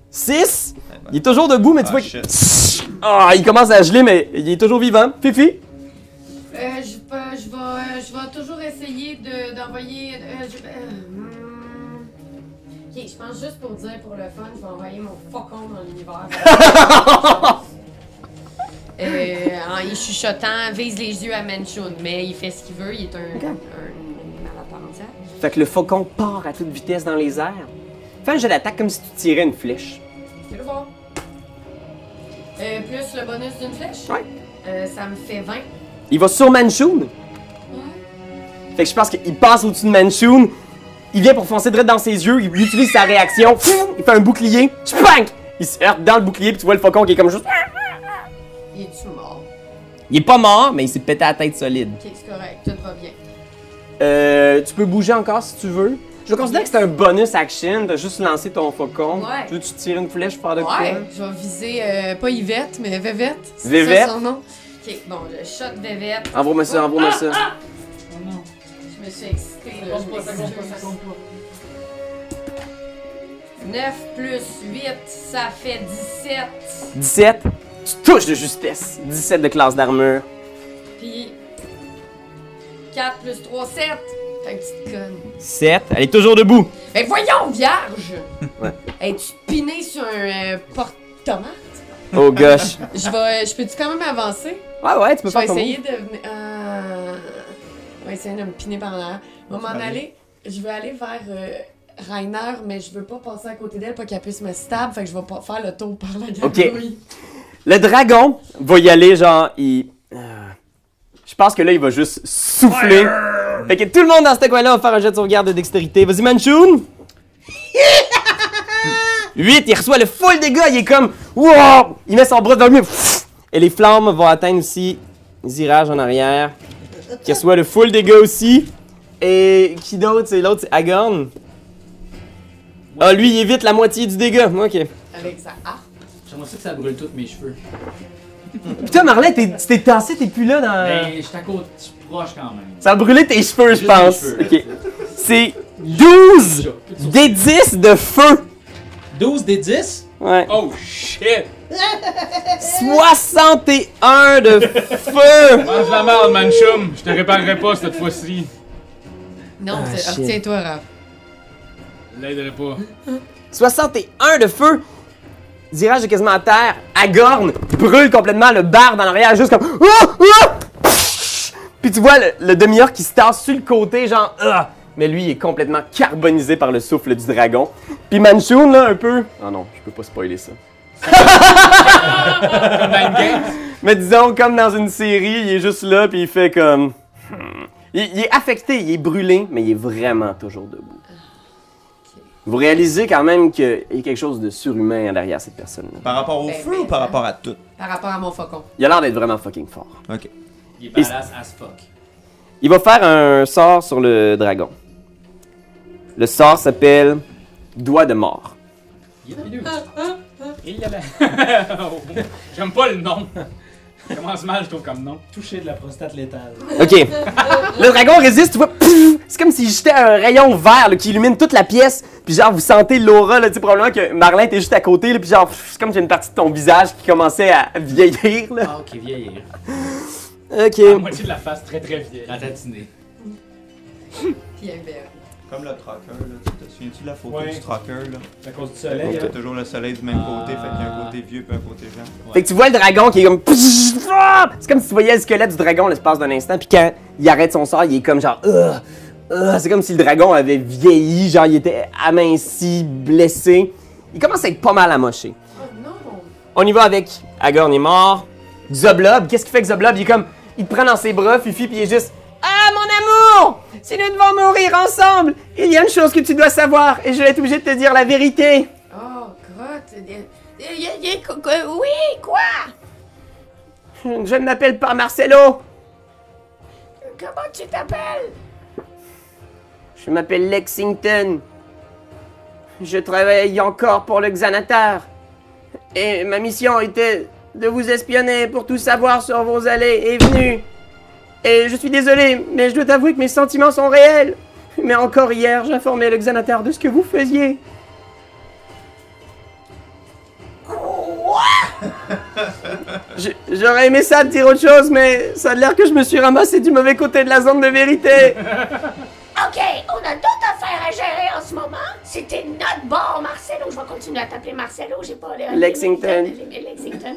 A: 6! Il est toujours debout, mais tu
G: Ah,
A: vois.
G: shit.
A: que- Ah, il commence à geler, mais il est toujours vivant. Fifi!
E: Euh, je vais, je vais, euh, je vais toujours essayer de- d'envoyer. euh, je- euh, hmm. ok, je pense juste pour dire pour le fun, je vais envoyer mon faucon dans l'univers. euh, en y chuchotant, vise les yeux à Manchun, mais il fait ce qu'il veut, il est un,
A: Ok.
E: un, animal à part entière.
A: Fait que le faucon part à toute vitesse dans les airs. Fais un jeu d'attaque comme si tu tirais une flèche.
E: C'est le bon. Euh, plus le bonus d'une flèche.
A: Ouais.
E: Euh, ça me fait 20. Ouais.
A: Il va sur Manchun. Fait que je pense qu'il passe au-dessus de Manchun. Il vient pour foncer direct dans ses yeux. Il utilise sa réaction. Il fait un bouclier. Spank! Il se heurte dans le bouclier. Puis tu vois le faucon qui est comme juste.
E: Il est-tu mort?
A: Il est pas mort, mais il s'est pété la tête solide.
E: Ok, c'est correct, tout va bien.
A: Euh, tu peux bouger encore si tu veux. Je considère que c'est un bonus action. T'as juste lancé ton faucon.
E: Ouais.
A: Tu veux tu tires une flèche pour faire de quoi?
E: Ouais, je vais viser, euh, pas Yvette, mais Vevette. c'est
A: Vevette?
E: ça son nom. Ok, bon, je shot bébête.
A: Envoie-moi ça, envoie-moi ça.
D: Oh non.
E: Je me suis excitée. là, je m'excuse.
D: compte
E: 9 plus 8, ça fait 17.
A: 17. Tu touches de justesse. 17 de classe d'armure.
E: Puis 4 plus 3, 7. T'es une petite conne.
A: 7. Elle est toujours debout.
E: Mais voyons, vierge!
A: Ouais.
E: Es-tu pinée sur un euh, porte-tomate?
A: Oh gosh.
E: Je vais. Je peux-tu quand même avancer?
A: Ouais, ouais, tu peux
E: Je vais
A: faire ton
E: essayer de venir. Euh... Je vais essayer de me piner par là. Je vais m'en aller. Je vais aller vers euh, Rainer, mais je veux pas passer à côté d'elle pour qu'elle puisse me stab. Fait que je vais pas faire le tour par la gargouille.
A: Le dragon va y aller, genre, il. euh, Je pense que là, il va juste souffler. Fait que tout le monde dans ce coin-là va faire un jet de sauvegarde de dextérité. Vas-y, Manchun! 8, il reçoit le full dégât, il est comme. Wow! Il met son bras devant lui. pfff, Et les flammes vont atteindre aussi Zirage en arrière. Qui reçoit le full dégât aussi. Et qui d'autre? C'est l'autre, c'est Agorn. Ah, lui, il évite la moitié du dégât. Ok.
E: Avec sa harpe.
I: J'aimerais ça que ça brûle tous mes
B: Euh.
I: cheveux.
A: Putain, Marlette, t'es- tu t'es tassé, t'es plus là dans.
B: Ben,
I: Mais Ben, je suis à côté, je suis proche quand même.
A: Ça a brûlé tes cheveux, je
I: Juste
A: pense.
I: mes cheveux,
A: Ok. C'est 12 des 10 de feu.
F: 12 des 10.
A: Ouais.
D: Oh shit!
A: 61 de feu.
D: Mange la merde, Manchum! Je te réparerai pas cette fois-ci.
E: Non,
A: Ah,
E: c'est-
A: shit.
E: retiens-toi, Raph.
D: L'aiderai pas.
A: 61 de feu. Dirage est quasiment à terre. Agorne brûle complètement le bar dans l'arrière, juste comme. Ah! Ah! Puis tu vois le, le demi-orc qui se tasse sur le côté, genre. Ah! Mais lui, il est complètement carbonisé par le souffle du dragon. Puis Manchun, là, un peu. Ah non, je peux pas spoiler ça. Mais disons, comme dans une série, il est juste là, puis il fait comme. Hmm. Il, il est affecté, il est brûlé, mais il est vraiment toujours debout. Vous réalisez quand même qu'il y a quelque chose de surhumain derrière cette personne-là.
J: Par rapport au
E: Ben,
J: feu
E: ben,
J: ou par
E: ça.
J: rapport à tout?
E: Par rapport à mon faucon.
A: Il a l'air d'être vraiment fucking fort.
J: Ok.
I: Il est badass as fuck.
A: Il va faire un sort sur le dragon. Le sort s'appelle Doigt de mort.
F: Il l'a
D: J'aime pas le nom. Ça Commence mal, je trouve, comme nom.
F: touché de la prostate létale.
A: Ok. Le dragon résiste, tu vois. pfff, C'est comme s'il jetait un rayon vert là, qui illumine toute la pièce. Puis genre, vous sentez l'aura, là, tu sais, probablement que Marlin était juste à côté. Là, puis genre, pff, c'est comme s'il y a une partie de ton visage qui commençait à vieillir. Là.
I: Ah, ok, vieillir. Ah,
A: Ok.
D: La moitié de la face très très vieille.
I: Ratatinée.
E: Puis un verre.
G: Comme le tracker, là. Tu te souviens-tu de la photo
F: Ouais.
G: du tracker, là?
F: À cause du
G: Il
F: soleil. hein.
G: y a toujours le soleil du même côté, fait qu'il y a
I: Ah.
G: un côté vieux puis un côté blanc.
A: Fait que tu vois le dragon qui est comme. pfff, ah! C'est comme si tu voyais le squelette du dragon l'espace d'un instant. Puis quand il arrête son sort, il est comme genre. Ugh, ugh. C'est comme si le dragon avait vieilli, genre il était aminci, blessé. Il commence à être pas mal amoché.
E: Oh non!
A: On y va avec Agorn est mort. Zoblob, qu'est-ce qu'il fait que Zoblob? Il est comme. Il te prend dans ses bras, Fifi, puis il est juste. Ah, mon amour! Si nous devons mourir ensemble, il y a une chose que tu dois savoir, et je vais être obligé de te dire la vérité.
E: Oh, grotte!
H: Eh, Oui, quoi
A: Je ne m'appelle pas Marcelo,
H: Comment tu t'appelles
A: je m'appelle Lexington. Je travaille encore pour le Xanatar. Et ma mission était de vous espionner pour tout savoir sur vos allées et venues. Et je suis désolé, mais je dois t'avouer que mes sentiments sont réels. Mais encore hier, j'informais le Xanatar de ce que vous faisiez. Je- J'aurais aimé ça te dire autre chose, mais ça a l'air que je me suis ramassé du mauvais côté de la zone de vérité.
H: Ok, on a d'autres affaires à gérer en ce moment. C'était notre bord, Marcelo. Je vais continuer à t'appeler Marcelo. J'ai pas les.
A: Lexington.
H: Lexington.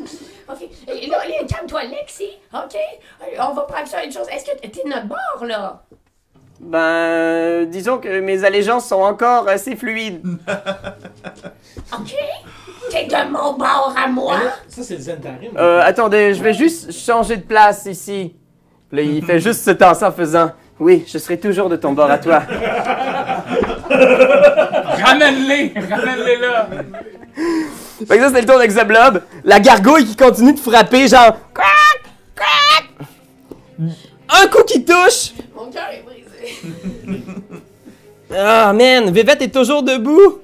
H: Ok. Et là, les- calme-toi, Lexi. Ok. Euh, On va prendre ça une chose. Est-ce que t'es notre bord, là
A: Ben, euh, disons que mes allégeances sont encore assez fluides.
H: Ok. T'es de mon bord à moi.
F: Ça, c'est le Zentarim.
A: Euh, attendez, je vais juste changer de place ici. Là, il fait juste ce temps en faisant Oui, je serai toujours de ton bord à toi.
D: Ramène-les! Ramène-les là!
A: Fait que ça, c'était le tour d'Exablob. La gargouille qui continue de frapper, genre. Quack, quack. Un coup qui touche.
E: Mon cœur est brisé.
A: Ah, man, Vivette est toujours debout.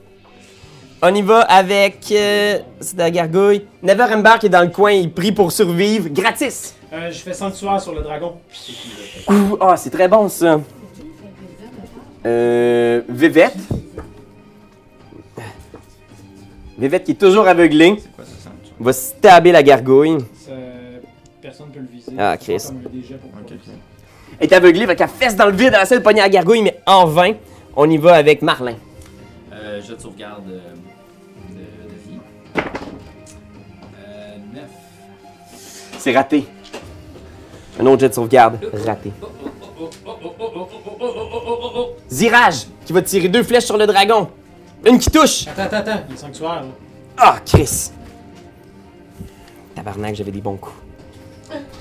A: On y va avec. euh, c'est la gargouille. Neverember qui est dans le coin, il prie pour survivre gratis.
F: Euh, je fais sanctuaire sur le dragon.
A: Ouh, Ah, c'est très bon ça. Euh, Vivette. Vivette qui est toujours aveuglée,
G: C'est quoi ça, sanctuaire?
A: va stabber la gargouille.
F: Ça, personne peut le viser.
A: Ah,
F: C'est pas
A: Chris.
F: comme un des jets pour
G: Ok,
F: pas le
G: ok.
F: viser.
A: Elle est aveuglée, fait qu'elle fesse dans le vide, elle essaie de pogner la gargouille, mais en vain. On y va avec Marlin.
I: Euh, je te sauvegarde euh, de, de vie. Euh, 9.
A: C'est raté. Un autre jet de sauvegarde, raté. Zirage, qui va tirer deux flèches sur le dragon. Une qui touche.
F: Attends, attends, attends. Il est sanctuaire, là.
A: Ah, Chris. Tabarnak, j'avais des bons coups.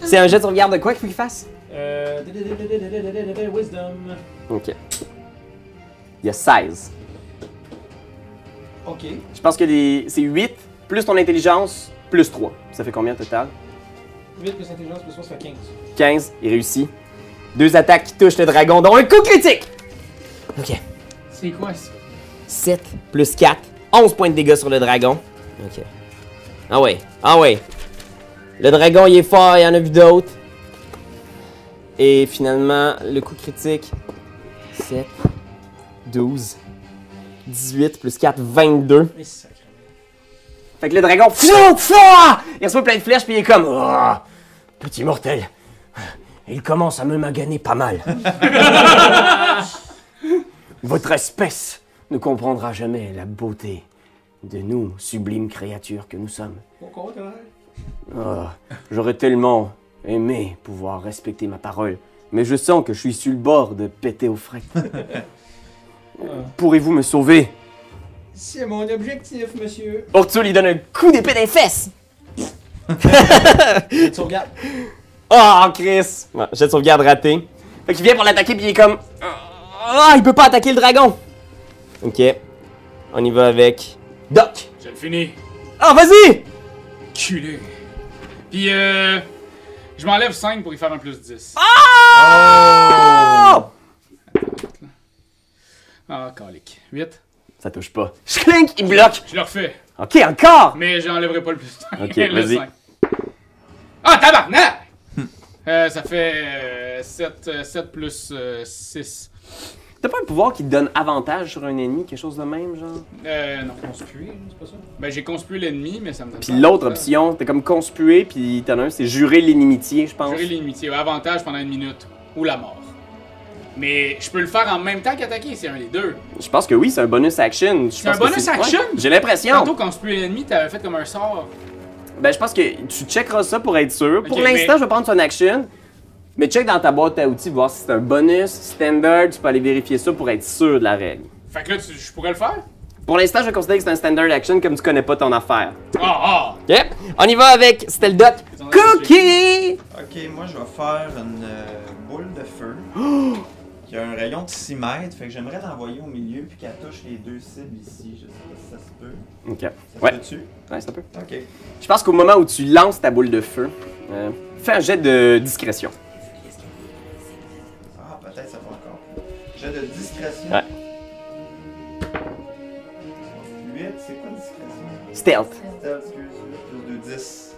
A: C'est un jet de sauvegarde de quoi qu'il faut qu'il fasse?
F: Euh. dédédédédédédédédé, Wisdom.
A: Ok. Il y a 16.
F: Ok.
A: Je pense que les... c'est 8 plus ton intelligence plus 3. Ça fait combien au total?
F: 8 plus intelligence plus 3, ça fait 15.
A: 15, il réussit. Deux attaques qui touchent le dragon, dont un coup critique! Ok.
D: C'est quoi ça?
A: 7 plus 4, 11 points de dégâts sur le dragon. Ok. Ah ouais, ah ouais. Le dragon, il est fort, il y en a vu d'autres. Et finalement, le coup critique. 7, 12, 18 plus 4, 22.
F: Mais c'est sacré.
A: Fait que le dragon, fou, fou, ah! il reçoit plein de flèches, puis il est comme, Ah, petit mortel, il commence à me maganer pas mal. Votre espèce ne comprendra jamais la beauté de nous, sublimes créatures que nous sommes.
F: Au contraire.
A: Ah, J'aurais tellement aimé pouvoir respecter ma parole, mais je sens que je suis sur le bord de péter au frais. Pourrez-vous me sauver
F: C'est mon objectif, monsieur.
A: Ortul, il donne un coup d'épée dans les fesses
F: tu regardes.
A: Oh, Chris! Ouais, jet de sauvegarde raté. Fait qu'il vient pour l'attaquer, puis il est comme. Ah, il peut pas attaquer le dragon! Ok. On y va avec. Doc!
D: Je le finis.
A: Ah, vas-y!
D: Culé. Puis, euh. Je m'enlève 5 pour y faire un plus 10.
A: Ah!
D: Ah, calique. 8.
A: Ça touche pas. Schlink, il bloque!
D: Je le refais.
A: Ok, encore!
D: Mais j'enlèverai pas le plus 5.
A: Ok,
D: le
A: vas-y.
D: cinq. Ah, tabarnak! euh, ça fait euh, 7, plus euh, 6.
A: T'as pas un pouvoir qui te donne avantage sur un ennemi, quelque chose de même, genre?
D: Euh, non, conspué, c'est pas ça? Ben, j'ai conspué l'ennemi, mais ça me donne
A: Puis
D: pas
A: l'autre
D: avantage.
A: option, t'es comme conspué, puis t'en as un, c'est jurer l'inimitié, je pense.
D: Jurer l'inimitié. Ouais, Avantage pendant une minute. Ou la mort. Mais je peux le faire en même temps qu'attaquer, c'est un des deux.
A: Je pense que oui, c'est un bonus action. Je
D: C'est un
A: pense que
D: bonus action?
A: Ouais, J'ai l'impression.
D: Tantôt, quand tu peux l'ennemi, t'avais fait comme un sort.
A: Ben, je pense que tu checkeras ça pour être sûr. pour
D: Ok,
A: l'instant,
D: mais-
A: je vais prendre son action. Mais check dans ta boîte à outils, voir si c'est un bonus, standard. Tu peux aller vérifier ça pour être sûr de la règle.
D: Fait que là, tu- je pourrais le faire?
A: Pour l'instant, je considère que c'est un standard action comme tu connais pas ton affaire.
D: Ah, ah!
A: Yep, on y va avec Steldot. Cookie!
G: Ok, moi je vais faire une euh, boule de feu qui a un rayon de 6 mètres. Fait que j'aimerais l'envoyer au milieu puis qu'elle touche les deux cibles ici. Je sais pas si ça se peut.
A: Ok,
G: Ça
A: Ouais.
G: se peut-tu?
A: ouais, ça peut.
G: Ok.
A: Je pense qu'au moment où tu lances ta boule de feu, euh, fais un jet de discrétion.
G: Ah, peut-être ça va encore. J'ai de discrétion.
A: Ouais.
G: 8, c'est quoi discrétion?
A: Stealth.
G: Stealth, excuse, 8 plus 2, 10.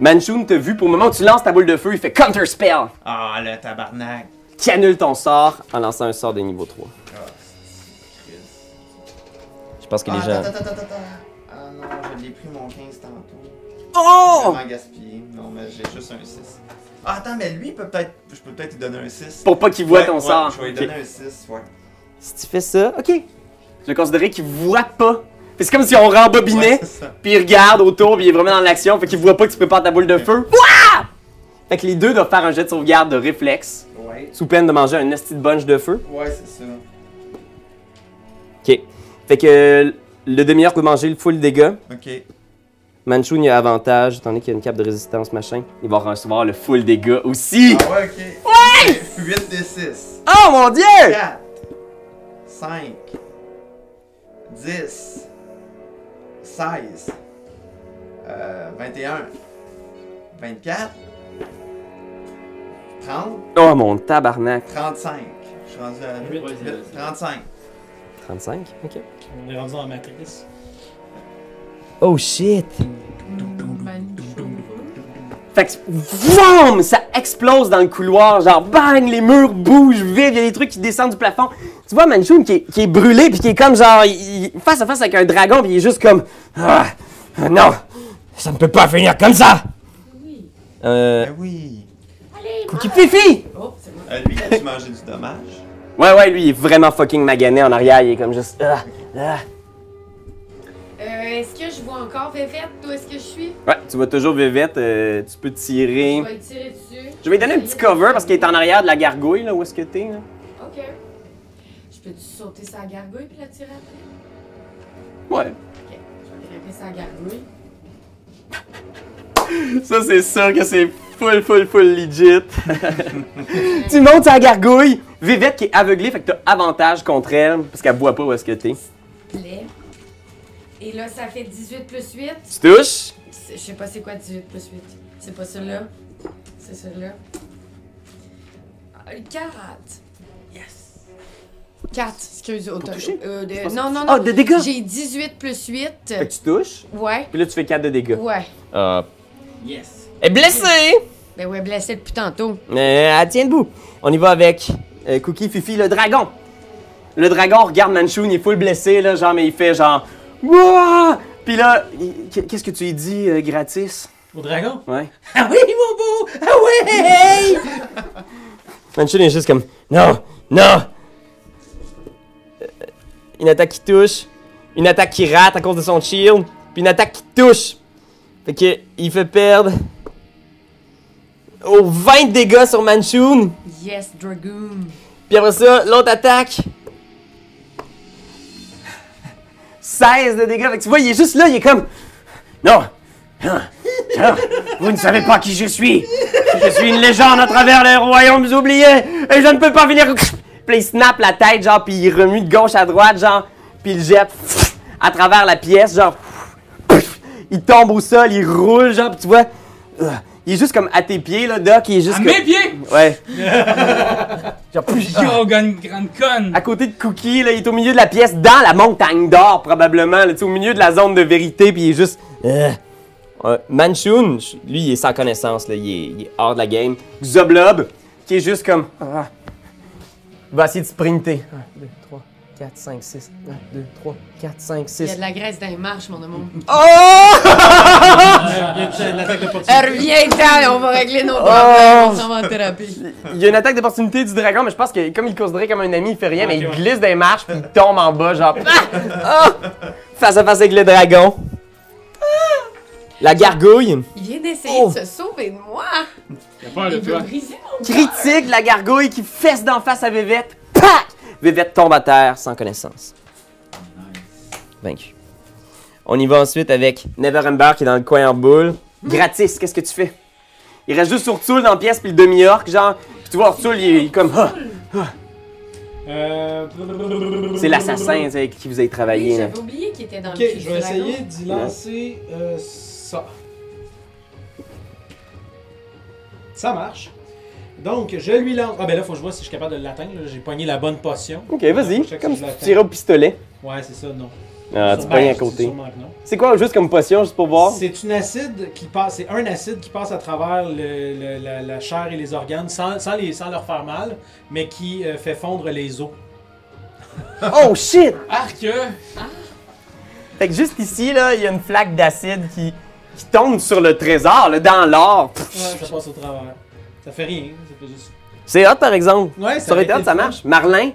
A: Manchun t'a vu, pour le moment où tu lances ta boule de feu, il fait Counter Spell,
G: Ah, le tabarnak!
A: qui annule ton sort en lançant un sort de niveau 3.
G: Ah, c'est- Chris.
A: Je pense que
G: Ah,
A: les gens.
G: attends, attends, attends, attends. Ah non, je l'ai pris mon 15 tantôt.
A: Oh!
G: Vraiment gaspillé. Non, mais j'ai juste un 6. Ah, attends, mais lui, il peut peut-être. Je peux peut-être lui donner un 6.
A: Pour pas qu'il voit ton
G: ouais,
A: sort.
G: Je vais lui
A: Ok.
G: donner un 6, ouais.
A: Si tu fais ça, ok. Je vais considérer qu'il voit pas. Fait C'est comme si on rembobinait,
G: Ouais, c'est ça.
A: puis il regarde autour, puis il est vraiment dans l'action, fait qu'il voit pas que tu peux ta boule de feu. Ouah! Fait que les deux doivent faire un jet de sauvegarde de réflexe,
G: Ouais,
A: sous peine de manger un esti de bunch de feu.
G: ouais, c'est ça.
A: Ok. Fait que le demi-heure peut manger le full dégât.
G: Ok.
A: Manchun, il a avantage, étant donné qu'il y a une cape de résistance, machin. Il va recevoir le full dégât aussi.
G: Ah ouais, ok. Ouais! 8 des 6.
A: Oh mon dieu!
G: 4, 5, 10, 16, euh, 21, 24, 30.
A: Oh mon tabarnak.
G: 35. Je suis rendu à
F: Huit.
G: 8, 35.
A: 35, ok.
F: On est rendu dans la matrice.
A: Oh shit!
E: Manchou.
A: Fait que, vroom, ça explose dans le couloir, genre bang, les murs bougent, vivent, il y a des trucs qui descendent du plafond. Tu vois Manchun qui, est- qui est brûlé, puis qui est comme genre, il- il- face à face avec un dragon, puis il est juste comme, ah, ah, non, ça ne peut pas finir comme ça! Euh...
G: Eh oui.
A: Cookie Fifi!
E: Oh,
G: Euh, lui, il a dû manger du dommage.
A: Ouais, ouais, lui, il est vraiment fucking magané en arrière, il est comme juste, ah, ah.
E: Euh, Est-ce que je vois encore Vévette où est-ce que je suis?
A: Ouais, tu vas toujours Vivette, euh, tu peux tirer.
E: Je vais le tirer dessus.
A: Je vais lui donner un petit cover parce qu'il est en arrière de la gargouille, là, où est-ce que t'es, là?
E: Ok. Je peux-tu sauter sa gargouille puis la tirer après?
A: Ouais.
E: Je vais grimper sa gargouille.
A: Ça, c'est sûr que c'est full, full, full legit. tu montes à la gargouille. Vivette qui est aveuglée, fait que t'as avantage contre elle, parce qu'elle voit pas où est-ce que t'es.
E: Lait. Et là, ça fait 18 plus 8.
A: Tu touches?
E: Je sais pas c'est quoi 18 plus 8. C'est pas celui-là. C'est celui-là. 4. Yes. 4, excuse, autant. Euh, de- non, non, non.
A: Ah, de dégâts.
E: J'ai 18 plus 8.
A: Fait que tu touches,
E: Ouais.
A: puis là, tu fais 4 de dégâts.
E: Ouais.
A: Hop.
K: Yes.
A: Ah. Elle est blessée!
E: Ben ouais, blessé depuis tantôt.
A: Mais Euh, elle tient debout. On y va avec euh, Cookie, Fifi, le dragon. Le dragon regarde Manchun, il est full blessé, là, genre, mais il fait genre. Wouah! Puis là, il- qu'est-ce que tu lui dis euh, gratis?
F: Au dragon?
A: Ouais.
F: Ah oui, mon beau! Ah oui!
A: Manchun est juste comme Non! Non! Euh, Une attaque qui touche, une attaque qui rate à cause de son shield, puis une attaque qui touche. Fait que il fait perdre. Au 20 de dégâts sur Manchun.
E: Yes, Dragoon.
A: Puis après ça, l'autre attaque. 16 de dégâts. Fait que tu vois, il est juste là, il est comme. Non! Hein. Hein. Vous ne savez pas qui je suis! Je suis une légende à travers les royaumes oubliés! Et je ne peux pas venir. Puis là, il snap la tête, genre, puis il remue de gauche à droite, genre, puis il jette à travers la pièce, genre. Il tombe au sol, il roule, genre, puis tu vois. euh, Il est juste comme à tes pieds, là, Doc. Il est juste.
D: À
A: comme-
D: mes pieds!
A: Ouais. Genre,
B: Oh,
D: Yo, gun, grande conne!
A: À côté de Cookie, là, il est au milieu de la pièce, dans la montagne d'or, probablement. là, tu sais, au milieu de la zone de vérité, puis il est juste. Euh. Euh, Manchun, ch- lui, il est sans connaissance, là, il, est, il est hors de la game. Zoblob, qui est juste comme. ah, va essayer de sprinter. 1, 2, 3, 4, 5, 6. 1, 2, 3, 4, 5,
E: Il y a
A: 6.
E: de la graisse dans les marches, mon amour.
A: Oh!
E: Elle revient Euh, on va régler nos problèmes,
A: Oh!
E: on s'en va en thérapie.
A: Il y a une attaque d'opportunité du dragon, mais je pense que comme il le considérait comme un ami, il fait rien, mais il glisse des marches puis il tombe en bas, genre. Ah! Ah! Face à face avec le dragon. La gargouille.
E: Il vient d'essayer
A: Oh.
E: de se sauver de moi.
D: peur de
E: Il veut
D: toi.
E: briser mon
A: Critique, la gargouille qui fesse d'en face à Vivette. Pac! Vivette tombe à terre sans connaissance. Vaincu. On y va ensuite avec Neverember qui est dans le coin en boule. Gratis, qu'est-ce que tu fais? Il reste juste Urtul dans la pièce puis le demi-orc, genre. Puis tu vois, Urtul, il est comme. Ah!
D: Euh...
A: C'est l'assassin tu sais, avec qui vous avez travaillé.
E: Oui,
A: Bah, là.
E: J'avais oublié qu'il était dans
F: Ok,
E: le cul
F: je
E: du
F: vais
E: dragon.
F: essayer d'y lancer euh, ça. Ça marche. Donc, je lui lance. Ah, ben là, faut que je vois si je suis capable de l'atteindre. là. J'ai pogné la bonne potion.
A: Ok,
F: Faut
A: vas-y.
F: que je check
A: Comme
F: si
A: si tu
F: je l'atteins.
A: tirais au pistolet.
F: Ouais, c'est ça, non.
A: Ah, tu
F: Sûrement-
A: pognes à côté.
F: sûrement que non.
A: C'est quoi juste comme potion, juste pour voir?
F: C'est une acide qui passe, c'est un acide qui passe à travers le- le- la, la chair et les organes sans, sans les, sans leur faire mal, mais qui euh, fait fondre les os.
A: Oh shit!
D: Arc!
A: Fait que juste ici, là, il y a une flaque d'acide qui, qui tombe sur le trésor, là, dans l'or. Pff,
F: Ouais, ça passe au travers. Ça fait rien, ça fait juste.
A: C'est hot, par exemple.
F: Ouais, ça
A: ça aurait été
F: aurait
A: hot,
F: été
A: ça
F: le fun.
A: marche. Marlin,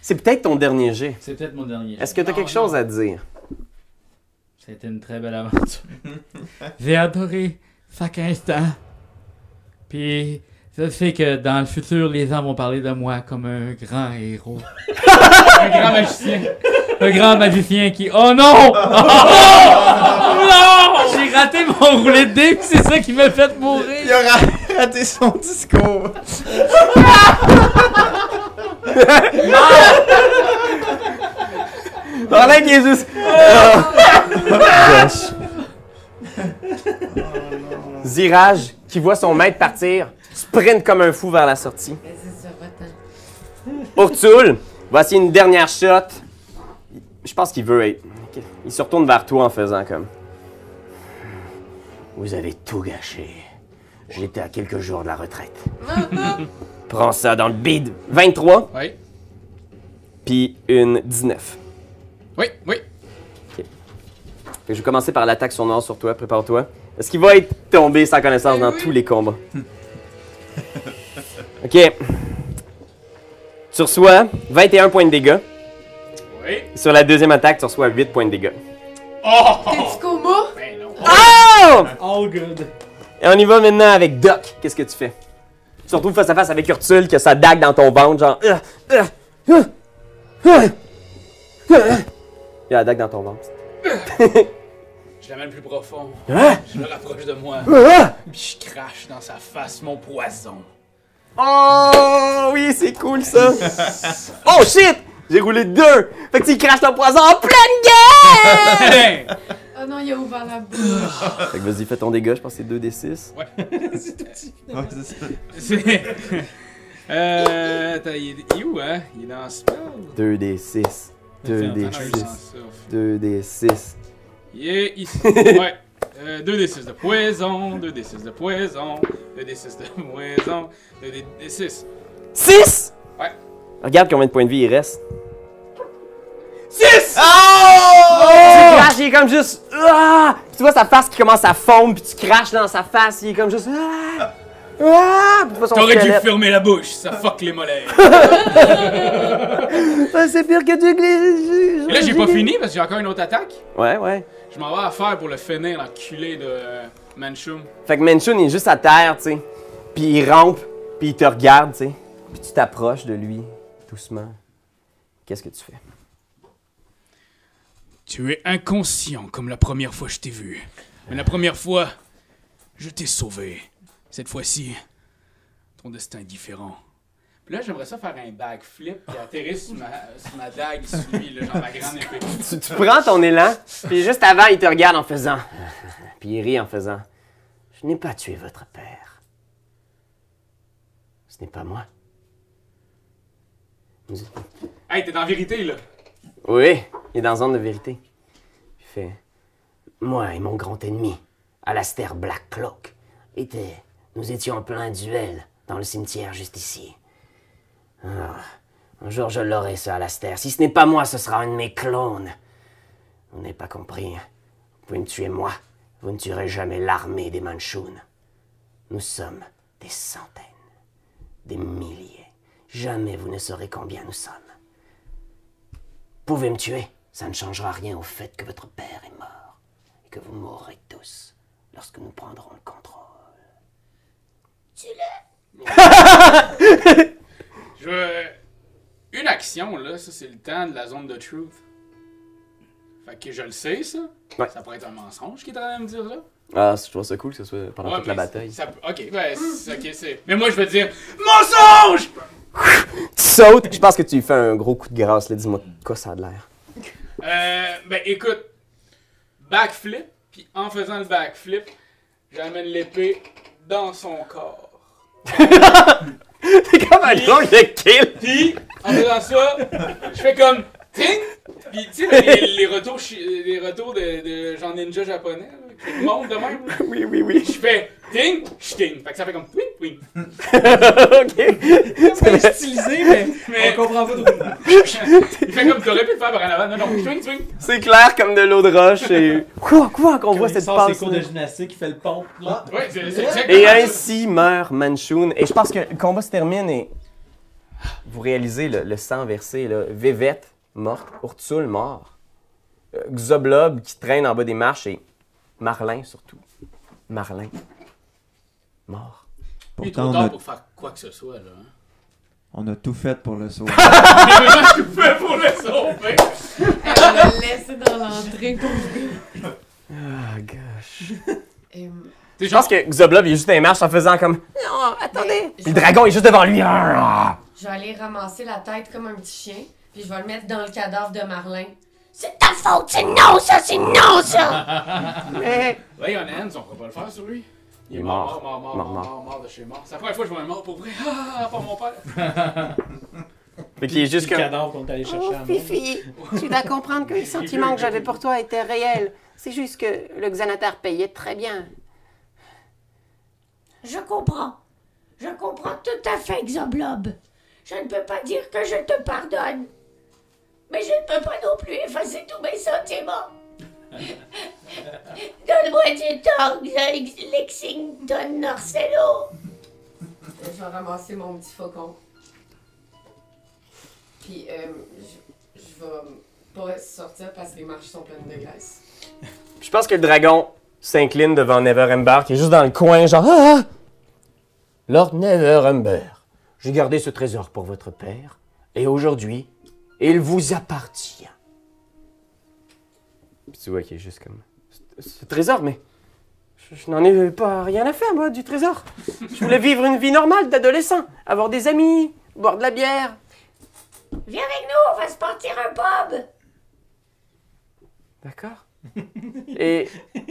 A: c'est peut-être ton dernier jet.
K: C'est peut-être mon dernier.
A: Est-ce que t'as
K: Non,
A: quelque
K: non.
A: chose à dire?
B: Ça a été une très belle aventure. J'ai adoré chaque instant. Puis, je sais que dans le futur, les gens vont parler de moi comme un grand héros.
D: Un grand magicien!
B: Un grand magicien qui. Oh non! Oh non! J'ai raté mon roulé de dés, puis c'est ça qui m'a fait
L: Il
B: mourir!
L: a ra- raté son discours.
A: Marlin qui est juste. Zirage, qui voit son maître partir, sprint comme un fou vers la sortie.
E: Vas-y, ça va t'en.
A: Urtul, voici une dernière shot. Je pense qu'il veut être. Il se retourne vers toi en faisant comme. Vous avez tout gâché. J'étais à quelques jours de la retraite. Prends ça dans le bide. 23.
D: Oui.
A: Puis une 19.
D: Oui, oui.
A: Ok. Fait que je vais commencer par l'attaque sur noir sur toi. Prépare-toi. Est-ce qu'il va être tombé sans connaissance dans tous les combats? ok. Tu reçois 21 points de dégâts.
D: Oui.
A: Sur la deuxième attaque, tu reçois 8 points de dégâts.
D: Oh!
E: T'es-tu coma?
A: Oh!
F: All good.
A: Et on y va maintenant avec Doc. Qu'est-ce que tu fais? Tu te retrouves face à face avec Urtul, qui a sa dague dans ton ventre, genre. Ah, ah, ah, ah, ah. Il y a la dague dans ton ventre.
D: Je l'amène plus profond.
A: Hein?
D: Je le rapproche de moi.
A: Hein?
D: Puis je crache dans sa face mon poison.
A: Oh oui, c'est cool ça! oh shit! J'ai roulé deux! Fait que tu craches ton poison en pleine gueule!
E: Oh non, il a ouvert la bouche.
A: fait que vas-y, fais ton dégât, je pense que c'est 2d6.
D: Ouais.
F: c'est tout petit.
M: Ouais, c'est ça.
D: C'est. Euh. Attends, il est il est où, hein? Il est dans Spell?
A: 2d6.
D: Ah non,
A: 2d6.
D: il est dans Surf.
A: 2d6.
D: Il est ici. Ouais. Euh, 2d6 de poison, 2d6 de poison, 2d6 de poison, 2d6.
A: 6!
D: Ouais.
A: Regarde combien de points de vie il reste. Ah!
D: 6! Oh!
A: Tu craches, il est comme juste. Ah! Puis tu vois sa face qui commence à fondre, puis tu craches dans sa face, il est comme juste. Ah! Ah! Puis tu vois son
D: T'aurais dû
A: squelette.
D: fermer la bouche, ça fuck les mollets.
A: Ah, C'est pire que du glisse.
D: Et là, j'ai pas fini parce que j'ai encore une autre attaque.
A: Ouais, ouais.
D: Je m'en vais à faire pour le finir, l'enculé de euh, Manchum.
A: Fait que Manchun est juste à terre, tu sais. Puis il rampe, puis il te regarde, tu sais. Puis tu t'approches de lui, doucement. Qu'est-ce que tu fais?
D: Tu es inconscient comme la première fois que je t'ai vu. Mais la première fois, je t'ai sauvé. Cette fois-ci, ton destin est différent. Puis là, j'aimerais ça faire un backflip qui atterrir sur ma, sur ma dague, sur lui, là, genre ma grande épée.
A: Tu, tu prends ton élan, puis juste avant, il te regarde en faisant. Puis il rit en faisant. Je n'ai pas tué votre père. Ce n'est pas moi. Nous-
D: Hey, t'es dans la vérité, là.
A: Oui, il est dans zone de vérité. Il fait Moi et mon grand ennemi, Alastair Black Cloak, était, nous étions en plein duel dans le cimetière juste ici. Ah, un jour je l'aurai, ce Alastair. Si ce n'est pas moi, ce sera un de mes clones. Vous n'avez pas compris. hein. Vous pouvez me tuer moi. Vous ne tuerez jamais l'armée des Manchun. Nous sommes des centaines, des milliers. Jamais vous ne saurez combien nous sommes pouvez me tuer. Ça ne changera rien au fait que votre père est mort et que vous mourrez tous lorsque nous prendrons le contrôle.
D: Je veux- Une action, là, ça, c'est le temps de la zone de truth. Fait que je le sais, ça.
A: Ouais.
D: Ça pourrait être un mensonge qui est en train de me dire, là.
A: Ah, je trouve ça cool que ce soit pendant
D: Ouais,
A: toute la
D: mais
A: bataille.
D: ça peut- ok, ouais, c'est- ok, c'est. Mais moi, je veux dire mensonge!
A: Tu sautes, je pense que tu lui fais un gros coup de grâce, là. Dis-moi de quoi ça a de l'air.
D: Euh, ben écoute, backflip, puis en faisant le backflip, j'amène l'épée dans son corps.
A: C'est comme un long de kill!
D: Puis, en faisant ça, je fais comme ting! Puis tu sais, les, les retours, chi- les retours de, de genre ninja japonais, là, qui montent de même.
A: Oui, oui, oui.
D: Je fais ting, shting. Fait que ça fait comme twing, twing.
A: ok!
F: C'est bien stylisé, mais,
D: Mais-
F: on comprend pas trop.
D: Il fait comme t'aurais pu le faire par en avant. Non, non, twing, twing.
A: C'est clair comme de l'eau de roche et. Quoi, quoi, qu'on voit
F: Il
A: cette
F: sort ses
A: passe
F: cours de Ah. gymnastique, il fait le pont. Là.
D: Ouais, c'est c'est exactement
A: Et
D: ça.
A: ainsi meurt Manchun. Et je pense que le combat se termine et. Vous réalisez le, le sang versé, là. Vévette, morte. Urtul, mort. Euh, Xoblob qui traîne en bas des marches et. Marlin, surtout. Marlin. Mort.
D: Lui, il est trop
G: Pourtant, on a-
D: tard pour faire quoi que ce soit, là. hein.
G: On a tout fait pour le sauver.
D: Mais vraiment, je fais pour le sauver.
E: Elle l'a laissé dans l'entrée pour lui.
A: Ah, gosh.
E: Et, euh,
D: T'es
A: Je pense
D: genre,
A: que Xoblob, il est juste dans les marches en faisant comme. Non, attendez! Puis le dragon est juste devant lui. Ah!
E: Je vais aller ramasser la tête comme un petit chien, puis je vais le mettre dans le cadavre de Marlin.
N: C'est ta faute, c'est non ça, c'est non ça!
D: Là, il y en a un, on pourra pas le faire sur lui.
A: Il est mort.
D: Mort, mort, mort,
A: Mort,
D: mort,
A: mort.
D: mort, mort de chez mort. C'est la première fois que je vois un mort pour vrai. Ah, pas mon père.
A: Fait qu'il est juste
F: Le
A: comme.
F: cadavre qu'on est allé chercher à
N: Oh, Fifi, tu dois comprendre que les sentiments que j'avais pour toi étaient réels. C'est juste que le Xanatar payait très bien.
H: Je comprends. Je comprends tout à fait, Xoblob. Je ne peux pas dire que je te pardonne. Mais je ne peux pas non plus effacer tous mes sentiments. Donne-moi du temps, Xe- Lexington Norcello.
E: Je vais ramasser mon petit faucon. Puis, euh, je, je vais pas sortir parce que les marches sont pleines de graisse.
A: Je pense que le dragon s'incline devant Neverember, qui est juste dans le coin, genre Ah! Lord Neverember, j'ai gardé ce trésor pour votre père, et aujourd'hui, il vous appartient. Puis tu vois qu'il est juste comme. Ce- Ce trésor, mais. Je, je n'en ai pas rien à faire, moi, du trésor. Je voulais vivre une vie normale d'adolescent, avoir des amis, boire de la bière.
H: Viens avec nous, on va se partir un pub.
A: D'accord. Et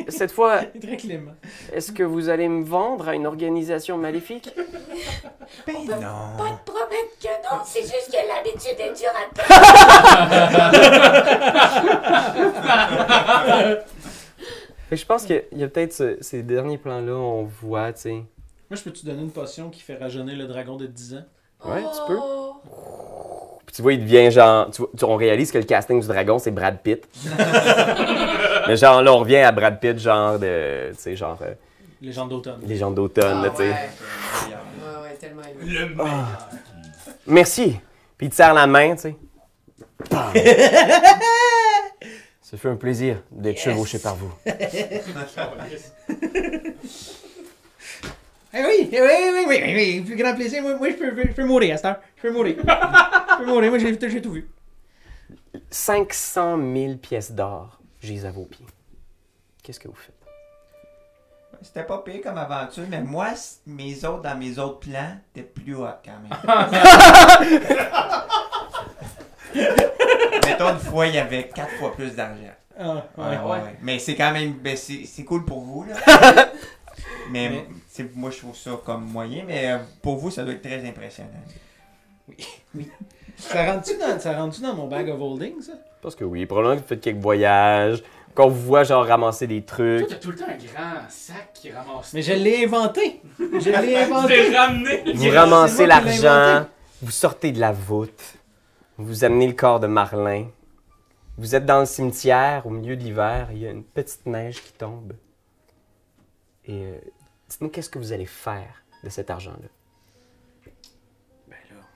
A: cette fois,
F: Très clément.
A: est-ce que vous allez me vendre à une organisation maléfique
O: Non.
H: Pas te promettre que non, c'est juste que l'habitude est dure à perdre.
A: Fait que je pense qu'il y a peut-être ce- ces derniers plans-là, on voit, tu sais.
F: Moi, je peux te donner une potion qui fait rajeunir le dragon de 10 ans?
A: Ouais, tu peux. Puis tu vois, il devient genre. Tu, vois- tu- on réalise que le casting du dragon, c'est Brad Pitt. Mais genre, là, on revient à Brad Pitt, genre de. Tu sais, genre. euh,
F: Légende d'automne.
A: Légende d'automne, là,
E: Ah
A: tu sais.
E: ouais. Ouais, ouais, tellement. Le
A: Ah. Merci. Puis il te serre la main, tu sais. Bam. Ça fait un plaisir d'être chevauché par vous.
F: Eh oui, eh oui, oui, oui, oui, oui, plus grand plaisir. Moi, moi, je, peux, je peux mourir à cette heure. Je peux mourir. je peux mourir. Moi, j'ai j'ai tout vu.
A: 500 000 pièces d'or, j'ai les à vos pieds. Qu'est-ce que vous faites?
G: C'était pas pire comme aventure, mais moi, c- mes autres, dans mes autres plans, t'es plus haut quand même. Mettons, une fois, il y avait quatre fois plus d'argent.
F: Ah, ouais.
G: Mais c'est quand même, ben, c'est c'est cool pour vous, là. mais
F: Mais-
G: c'est- moi, je trouve ça comme moyen, mais euh, pour vous, ça doit être très impressionnant.
F: Ça rentre-tu dans, ça rentre-tu dans mon bag of holding, ça?
A: Parce que oui, probablement que vous faites quelques voyages, qu'on vous voit genre ramasser des
D: Toi,
A: trucs.
D: t'as tout le temps un grand sac qui ramasse.
F: Mais je l'ai inventé. Je l'ai inventé.
D: Je l'ai ramené.
A: Vous
F: C'est
A: ramassez
F: moi qui l'ai
A: l'argent,
F: inventé.
A: vous sortez de la voûte, vous amenez le corps de Marlin, vous êtes dans le cimetière au milieu de l'hiver, il y a une petite neige qui tombe. Et euh, dites-nous qu'est-ce que vous allez faire de cet argent-là.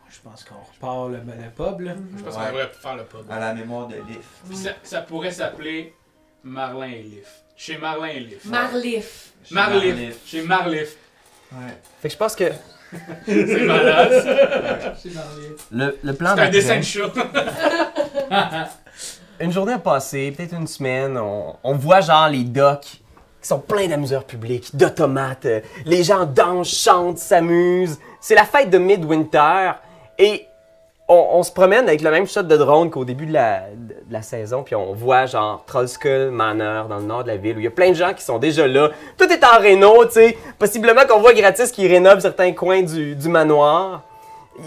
F: Je pense qu'on repart le, le pub, là.
D: Je pense qu'on devrait faire le pub.
G: À la mémoire de Liff.
D: Puis ça, ça pourrait s'appeler Marlin et Liff. Chez Marlin et Liff.
E: Marlif.
D: Marlif. Chez Marlif.
A: Fait que je pense que
D: C'est malade. Chez Marlif.
A: le, le plan
D: C'est un
A: d'après-
D: dessin de chat.
A: Une journée a passé, peut-être une semaine, on, on voit genre les docks qui sont pleins d'amuseurs publics, d'automates. euh, Les gens dansent, chantent, s'amusent. C'est la fête de Midwinter et on, on se promène avec le même shot de drone qu'au début de la, de de la saison, puis on voit genre Trollskull Manor dans le nord de la ville où il y a plein de gens qui sont déjà là. Tout est en réno, tu sais. Possiblement qu'on voit gratis qui rénove certains coins du, du manoir.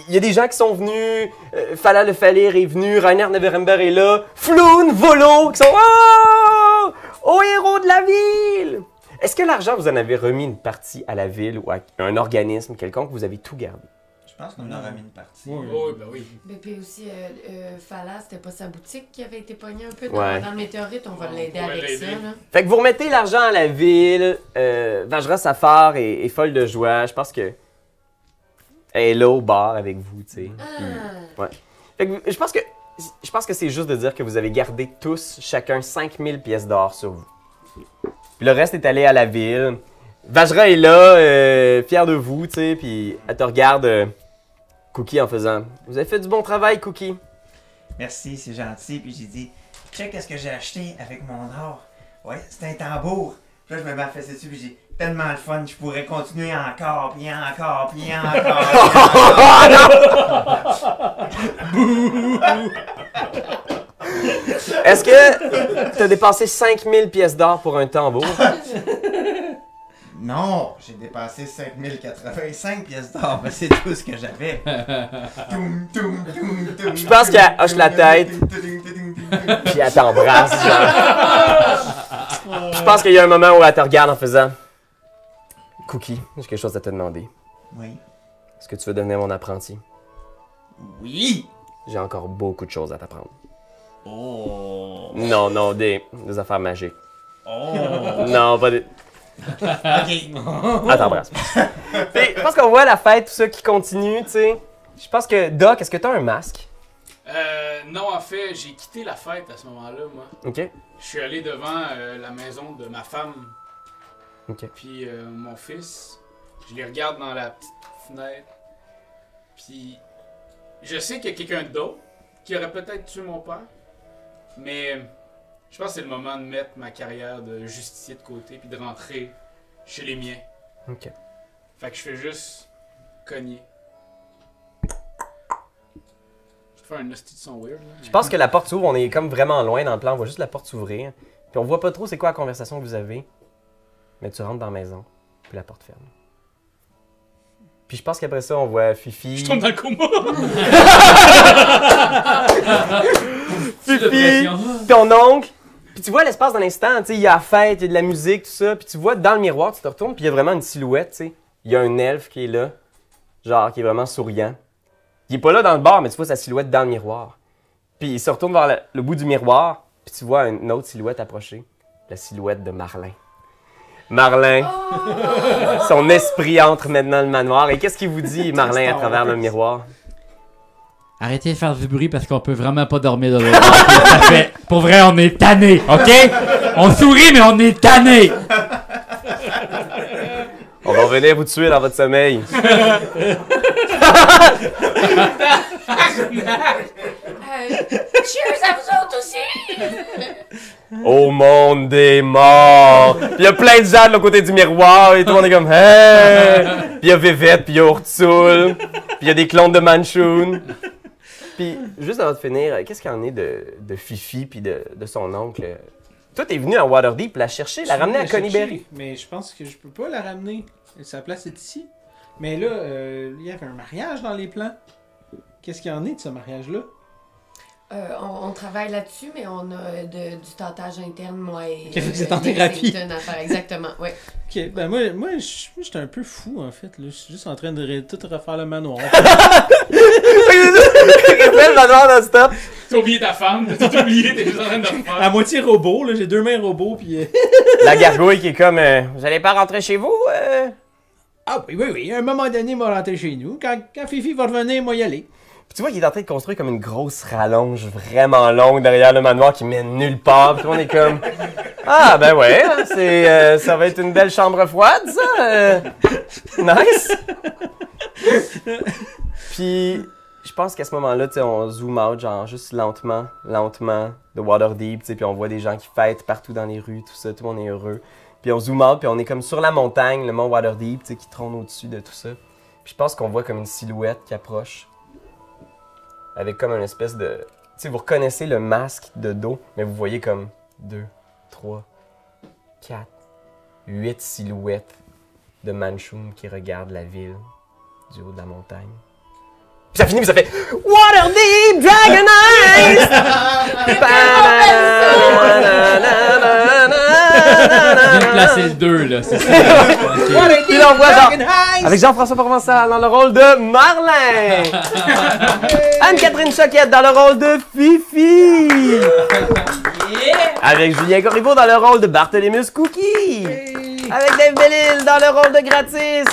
A: Il y a des gens qui sont venus, euh, Fala le Falir est venu, Rainer Neverember est là, Floun, Volo, qui sont Oh! Au héros de la ville! Est-ce que l'argent, vous en avez remis une partie à la ville ou à un organisme quelconque, vous avez tout gardé?
G: Je pense qu'on en a mis une partie.
F: Oui,
D: oui, ben oui.
E: Mais puis aussi, euh, euh, Fala, c'était pas sa boutique qui avait été pognée un peu dans,
A: Ouais.
E: dans le météorite. On va l'aider
D: pourrait
E: avec
D: l'aider.
E: ça, là.
A: Fait que vous remettez l'argent à la ville, euh, Vajra Safar est, est folle de joie, je pense que elle est là au bar avec vous, tu sais.
E: Ah.
A: Ouais. Fait que je pense que je pense que c'est juste de dire que vous avez gardé tous chacun 5000 pièces d'or sur vous. Puis le reste est allé à la ville. Vajra est là, euh, fière de vous, tu sais, puis elle te regarde euh, Cookie en faisant Vous avez fait du bon travail, Cookie.
G: Merci, c'est gentil. Puis j'ai dit, check qu'est-ce que j'ai acheté avec mon or. Ouais, c'est un tambour. Puis là, je me mets à fesser dessus, puis j'ai tellement le fun, je pourrais continuer encore, puis encore, puis encore. puis encore.
A: Est-ce que t'as dépensé 5000 pièces d'or pour un tambour
G: non, j'ai dépensé 5085 pièces d'or, mais c'est tout ce que j'avais. Je
A: Je pense qu'elle hoche la tête. Puis elle t'embrasse. genre. Je pense qu'il y a un moment où elle te regarde en faisant Cookie, j'ai quelque chose à te demander.
G: Oui.
A: Est-ce que tu veux devenir mon apprenti?
G: Oui!
A: J'ai encore beaucoup de choses à t'apprendre.
P: Oh!
A: Non, non, des, des affaires magiques.
P: Oh!
A: Non, pas des.
P: Ok.
A: Attends, brasse. je pense qu'on voit la fête, tout ça qui continue, tu sais. Je pense que, Doc, est-ce que t'as un masque?
D: Euh, non, en fait, j'ai quitté la fête à ce moment-là, moi.
A: Ok.
D: Je suis allé devant euh, la maison de ma femme.
A: Ok.
D: Puis euh, mon fils. Je les regarde dans la petite fenêtre. Puis je sais qu'il y a quelqu'un d'autre qui aurait peut-être tué mon père. Mais je pense que c'est le moment de mettre ma carrière de justicier de côté puis de rentrer chez les miens.
A: Ok.
D: Fait que je fais juste cogner. Je fais un hostie de son weird. là,
A: Je
D: mais-
A: pense que la porte s'ouvre, on est comme vraiment loin dans le plan, on voit juste la porte s'ouvrir. Puis on voit pas trop c'est quoi la conversation que vous avez. Mais tu rentres dans la maison, puis la porte ferme. Puis je pense qu'après ça, on voit Fifi.
D: Je tombe dans le coma!
A: Fifi, ton oncle. Puis tu vois l'espace dans l'instant, tu sais, il y a la fête, il y a de la musique, tout ça. Puis tu vois dans le miroir, tu te retournes, puis il y a vraiment une silhouette, tu sais. Il y a un elfe qui est là, genre, qui est vraiment souriant. Il est pas là dans le bar, mais tu vois sa silhouette dans le miroir. Puis il se retourne vers le, le bout du miroir, puis tu vois une autre silhouette approcher. La silhouette de Marlin. Marlin, son esprit entre maintenant le manoir. Et qu'est-ce qu'il vous dit, Marlin, à
B: Star
A: travers le
B: Wars.
A: miroir?
B: Arrêtez de faire du bruit parce qu'on peut vraiment pas dormir dans le Ça fait- Pour vrai, on est tanné, ok? On sourit, mais on est tanné!
A: On va revenir vous tuer dans votre sommeil.
Q: Euh, Cheers à vous autres aussi!
A: Au monde des morts! Puis Il y a plein de gens de l'autre côté du miroir et tout le monde est comme Hey! Puis il y a Vivette, puis il y a Urtsul, puis il y a des clones de Manchun. Puis juste avant de finir, euh, qu'est-ce qu'il y en est de, de Fifi puis de, de son oncle? Toi, t'es venu à Waterdeep la chercher, la
F: Je
A: ramener
F: vais
A: à Coneyberry.
F: chercher, Mais je pense que je peux pas la ramener. Sa place est ici. Mais là, euh, il y avait un mariage dans les plans. Qu'est-ce qu'il y en est de ce mariage-là?
E: Euh, on, on travaille là-dessus, mais on a euh, de- du tentage interne, moi et.
F: Ok, vous
E: euh,
F: êtes en
E: Nick
F: thérapie.
E: Sington à faire, exactement, oui.
F: Ok, ben moi, moi je moi, j'étais un peu fou en fait. là. Je suis juste en train de re- tout refaire le manoir.
A: le manoir non stop.
D: T'as oublié ta femme, t'as oublié, t'es juste en train de refaire.
F: à moitié robot, là, j'ai deux mains robots puis. euh,
A: La gargouille qui est comme euh, Vous allez pas rentrer chez vous? euh?
F: Ah oui, oui, oui. À un moment donné, il m'a rentré chez nous. Quand, quand Fifi va revenir, moi y aller.
A: Puis tu vois qu'il est en train de construire comme une grosse rallonge vraiment longue derrière le manoir qui mène nulle part. Puis on est comme Ah ben ouais, hein, c'est euh, ça va être une belle chambre froide ça. euh. nice. Puis je pense qu'à ce moment-là, tu sais, on zoom out genre juste lentement, lentement de Waterdeep, tu sais, puis on voit des gens qui fêtent partout dans les rues, tout ça, tout le monde est heureux. Puis on zoom out, puis on est comme sur la montagne, le mont Waterdeep, tu sais, qui trône au-dessus de tout ça. Puis je pense qu'on voit comme une silhouette qui approche avec comme une espèce de. Tu sais, vous reconnaissez le masque de dos, mais vous voyez comme 2, 3, 4, 8 silhouettes de Manchum qui regardent la ville du haut de la montagne. Puis ça finit, puis ça fait Waterdeep Dragon Eyes!
B: J'ai placé le 2, là, c'est ça.
A: Waterdeep Puis là, on voit Jean- avec Jean-François Provençal dans le rôle de Marlin! Anne-Catherine Choquette dans le rôle de Fifi! Avec Julien Corriveau dans le rôle de Barthélemy Cookie! Avec Dave Bellil dans le rôle de Gratis!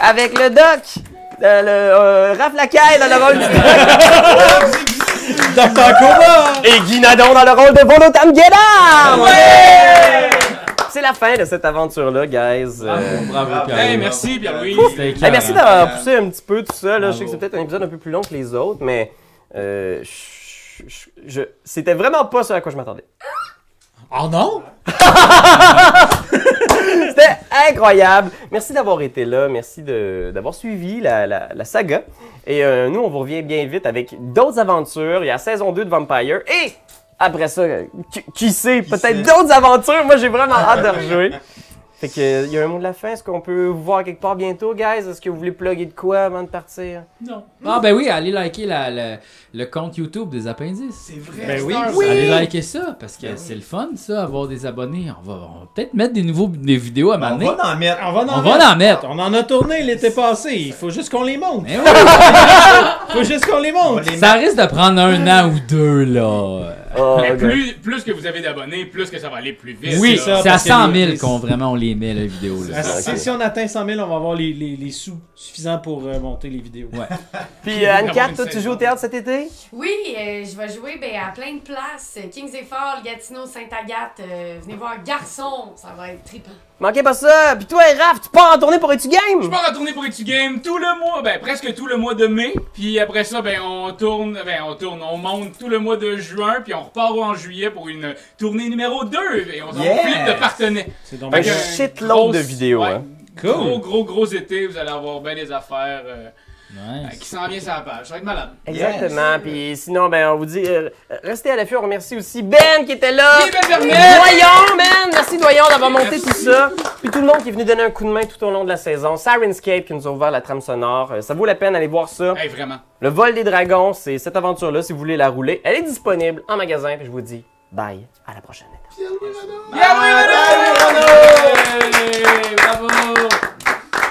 A: Avec le Doc! euh, le, euh, Raph Lacaille dans le rôle du Doc! Et Guy Nadon dans le rôle de Volotam Guédard! Ouais! C'est la fin de cette aventure-là, guys. Euh,
F: Eh,
D: Hey, merci, Pierre-Louis.
A: Hey,
F: euh,
A: merci d'avoir poussé un petit peu tout ça. Là. Je sais que c'est peut-être un épisode un peu plus long que les autres, mais euh, je- je- je- c'était vraiment pas ce à quoi je m'attendais.
F: Oh non?
A: C'était incroyable. Merci d'avoir été là. Merci de- d'avoir suivi la, la- la saga. Et euh, nous, on vous revient bien vite avec d'autres aventures. Il y a la saison 2 de Vampire et après ça, euh, qui, qui sait, peut-être d'autres aventures. Moi, j'ai vraiment hâte de rejouer. Fait que, il y a un mot de la fin. Est-ce qu'on peut vous voir quelque part bientôt, guys? Est-ce que vous voulez plugger de quoi avant de partir?
B: Non. Ah ben oui, allez liker la- le, le compte YouTube des appendices. C'est
A: vrai,
B: Ben
A: c'est
B: oui,
A: un- Oui.
B: allez liker ça parce que c'est le fun ça, avoir des abonnés. On va, on va peut-être mettre des nouveaux des vidéos à m'amener.
F: va en mettre. On va en
B: On va en mettre.
F: On en a tourné l'été passé. Il faut juste qu'on les monte.
B: Il
F: faut juste qu'on les monte.
B: Ça risque de prendre un an ou deux là.
A: Ah,
D: Mais Ben, plus, plus que vous avez d'abonnés, plus que ça va aller plus vite.
B: oui,
D: là.
B: c'est à 100 000 qu'on vraiment on les met la vidéo là.
F: Ah, Si, si on atteint 100 000, on va avoir les, les- les sous suffisants pour euh, monter les vidéos.
B: Ouais.
A: Puis euh, Anne-Cat, toi, tu joues au théâtre cet été?
E: Oui, euh, je vais jouer ben, à plein de places. Kings et Gatineau, Sainte-Agathe. euh, venez voir Garçon, ça va être trippant.
A: Manquez pas ça! Puis toi, Raph, tu pars en tournée pour Etu Game?
D: Je pars en tournée pour Etu Game tout le mois, ben presque tout le mois de mai, puis après ça ben on tourne, ben on tourne, on monte tout le mois de juin, puis on repart en juillet pour une tournée numéro 2 et on s'en
A: Yeah!
D: flippe de partenaires.
F: C'est
D: donc
A: Un shitload de vidéos, hein.
D: Gros, gros, gros, gros été, vous allez avoir bien des affaires euh, euh, qui s'en viennent sur la page. Ça va être malade.
A: Exactement. Puis sinon, ben, on vous dit, euh, restez à l'affût. On remercie aussi Ben qui était là.
D: Oui, Ben Vermette.
A: Doyon, Ben. Merci, Doyon, d'avoir monté tout ça. Puis tout le monde qui est venu donner un coup de main tout au long de la saison. Sirenscape qui nous a ouvert la trame sonore. Euh, ça vaut la peine d'aller voir ça.
D: Hey, vraiment.
A: Le vol des dragons, c'est cette aventure-là. Si vous voulez la rouler, elle est disponible en magasin. Puis je vous dis bye. À la prochaine.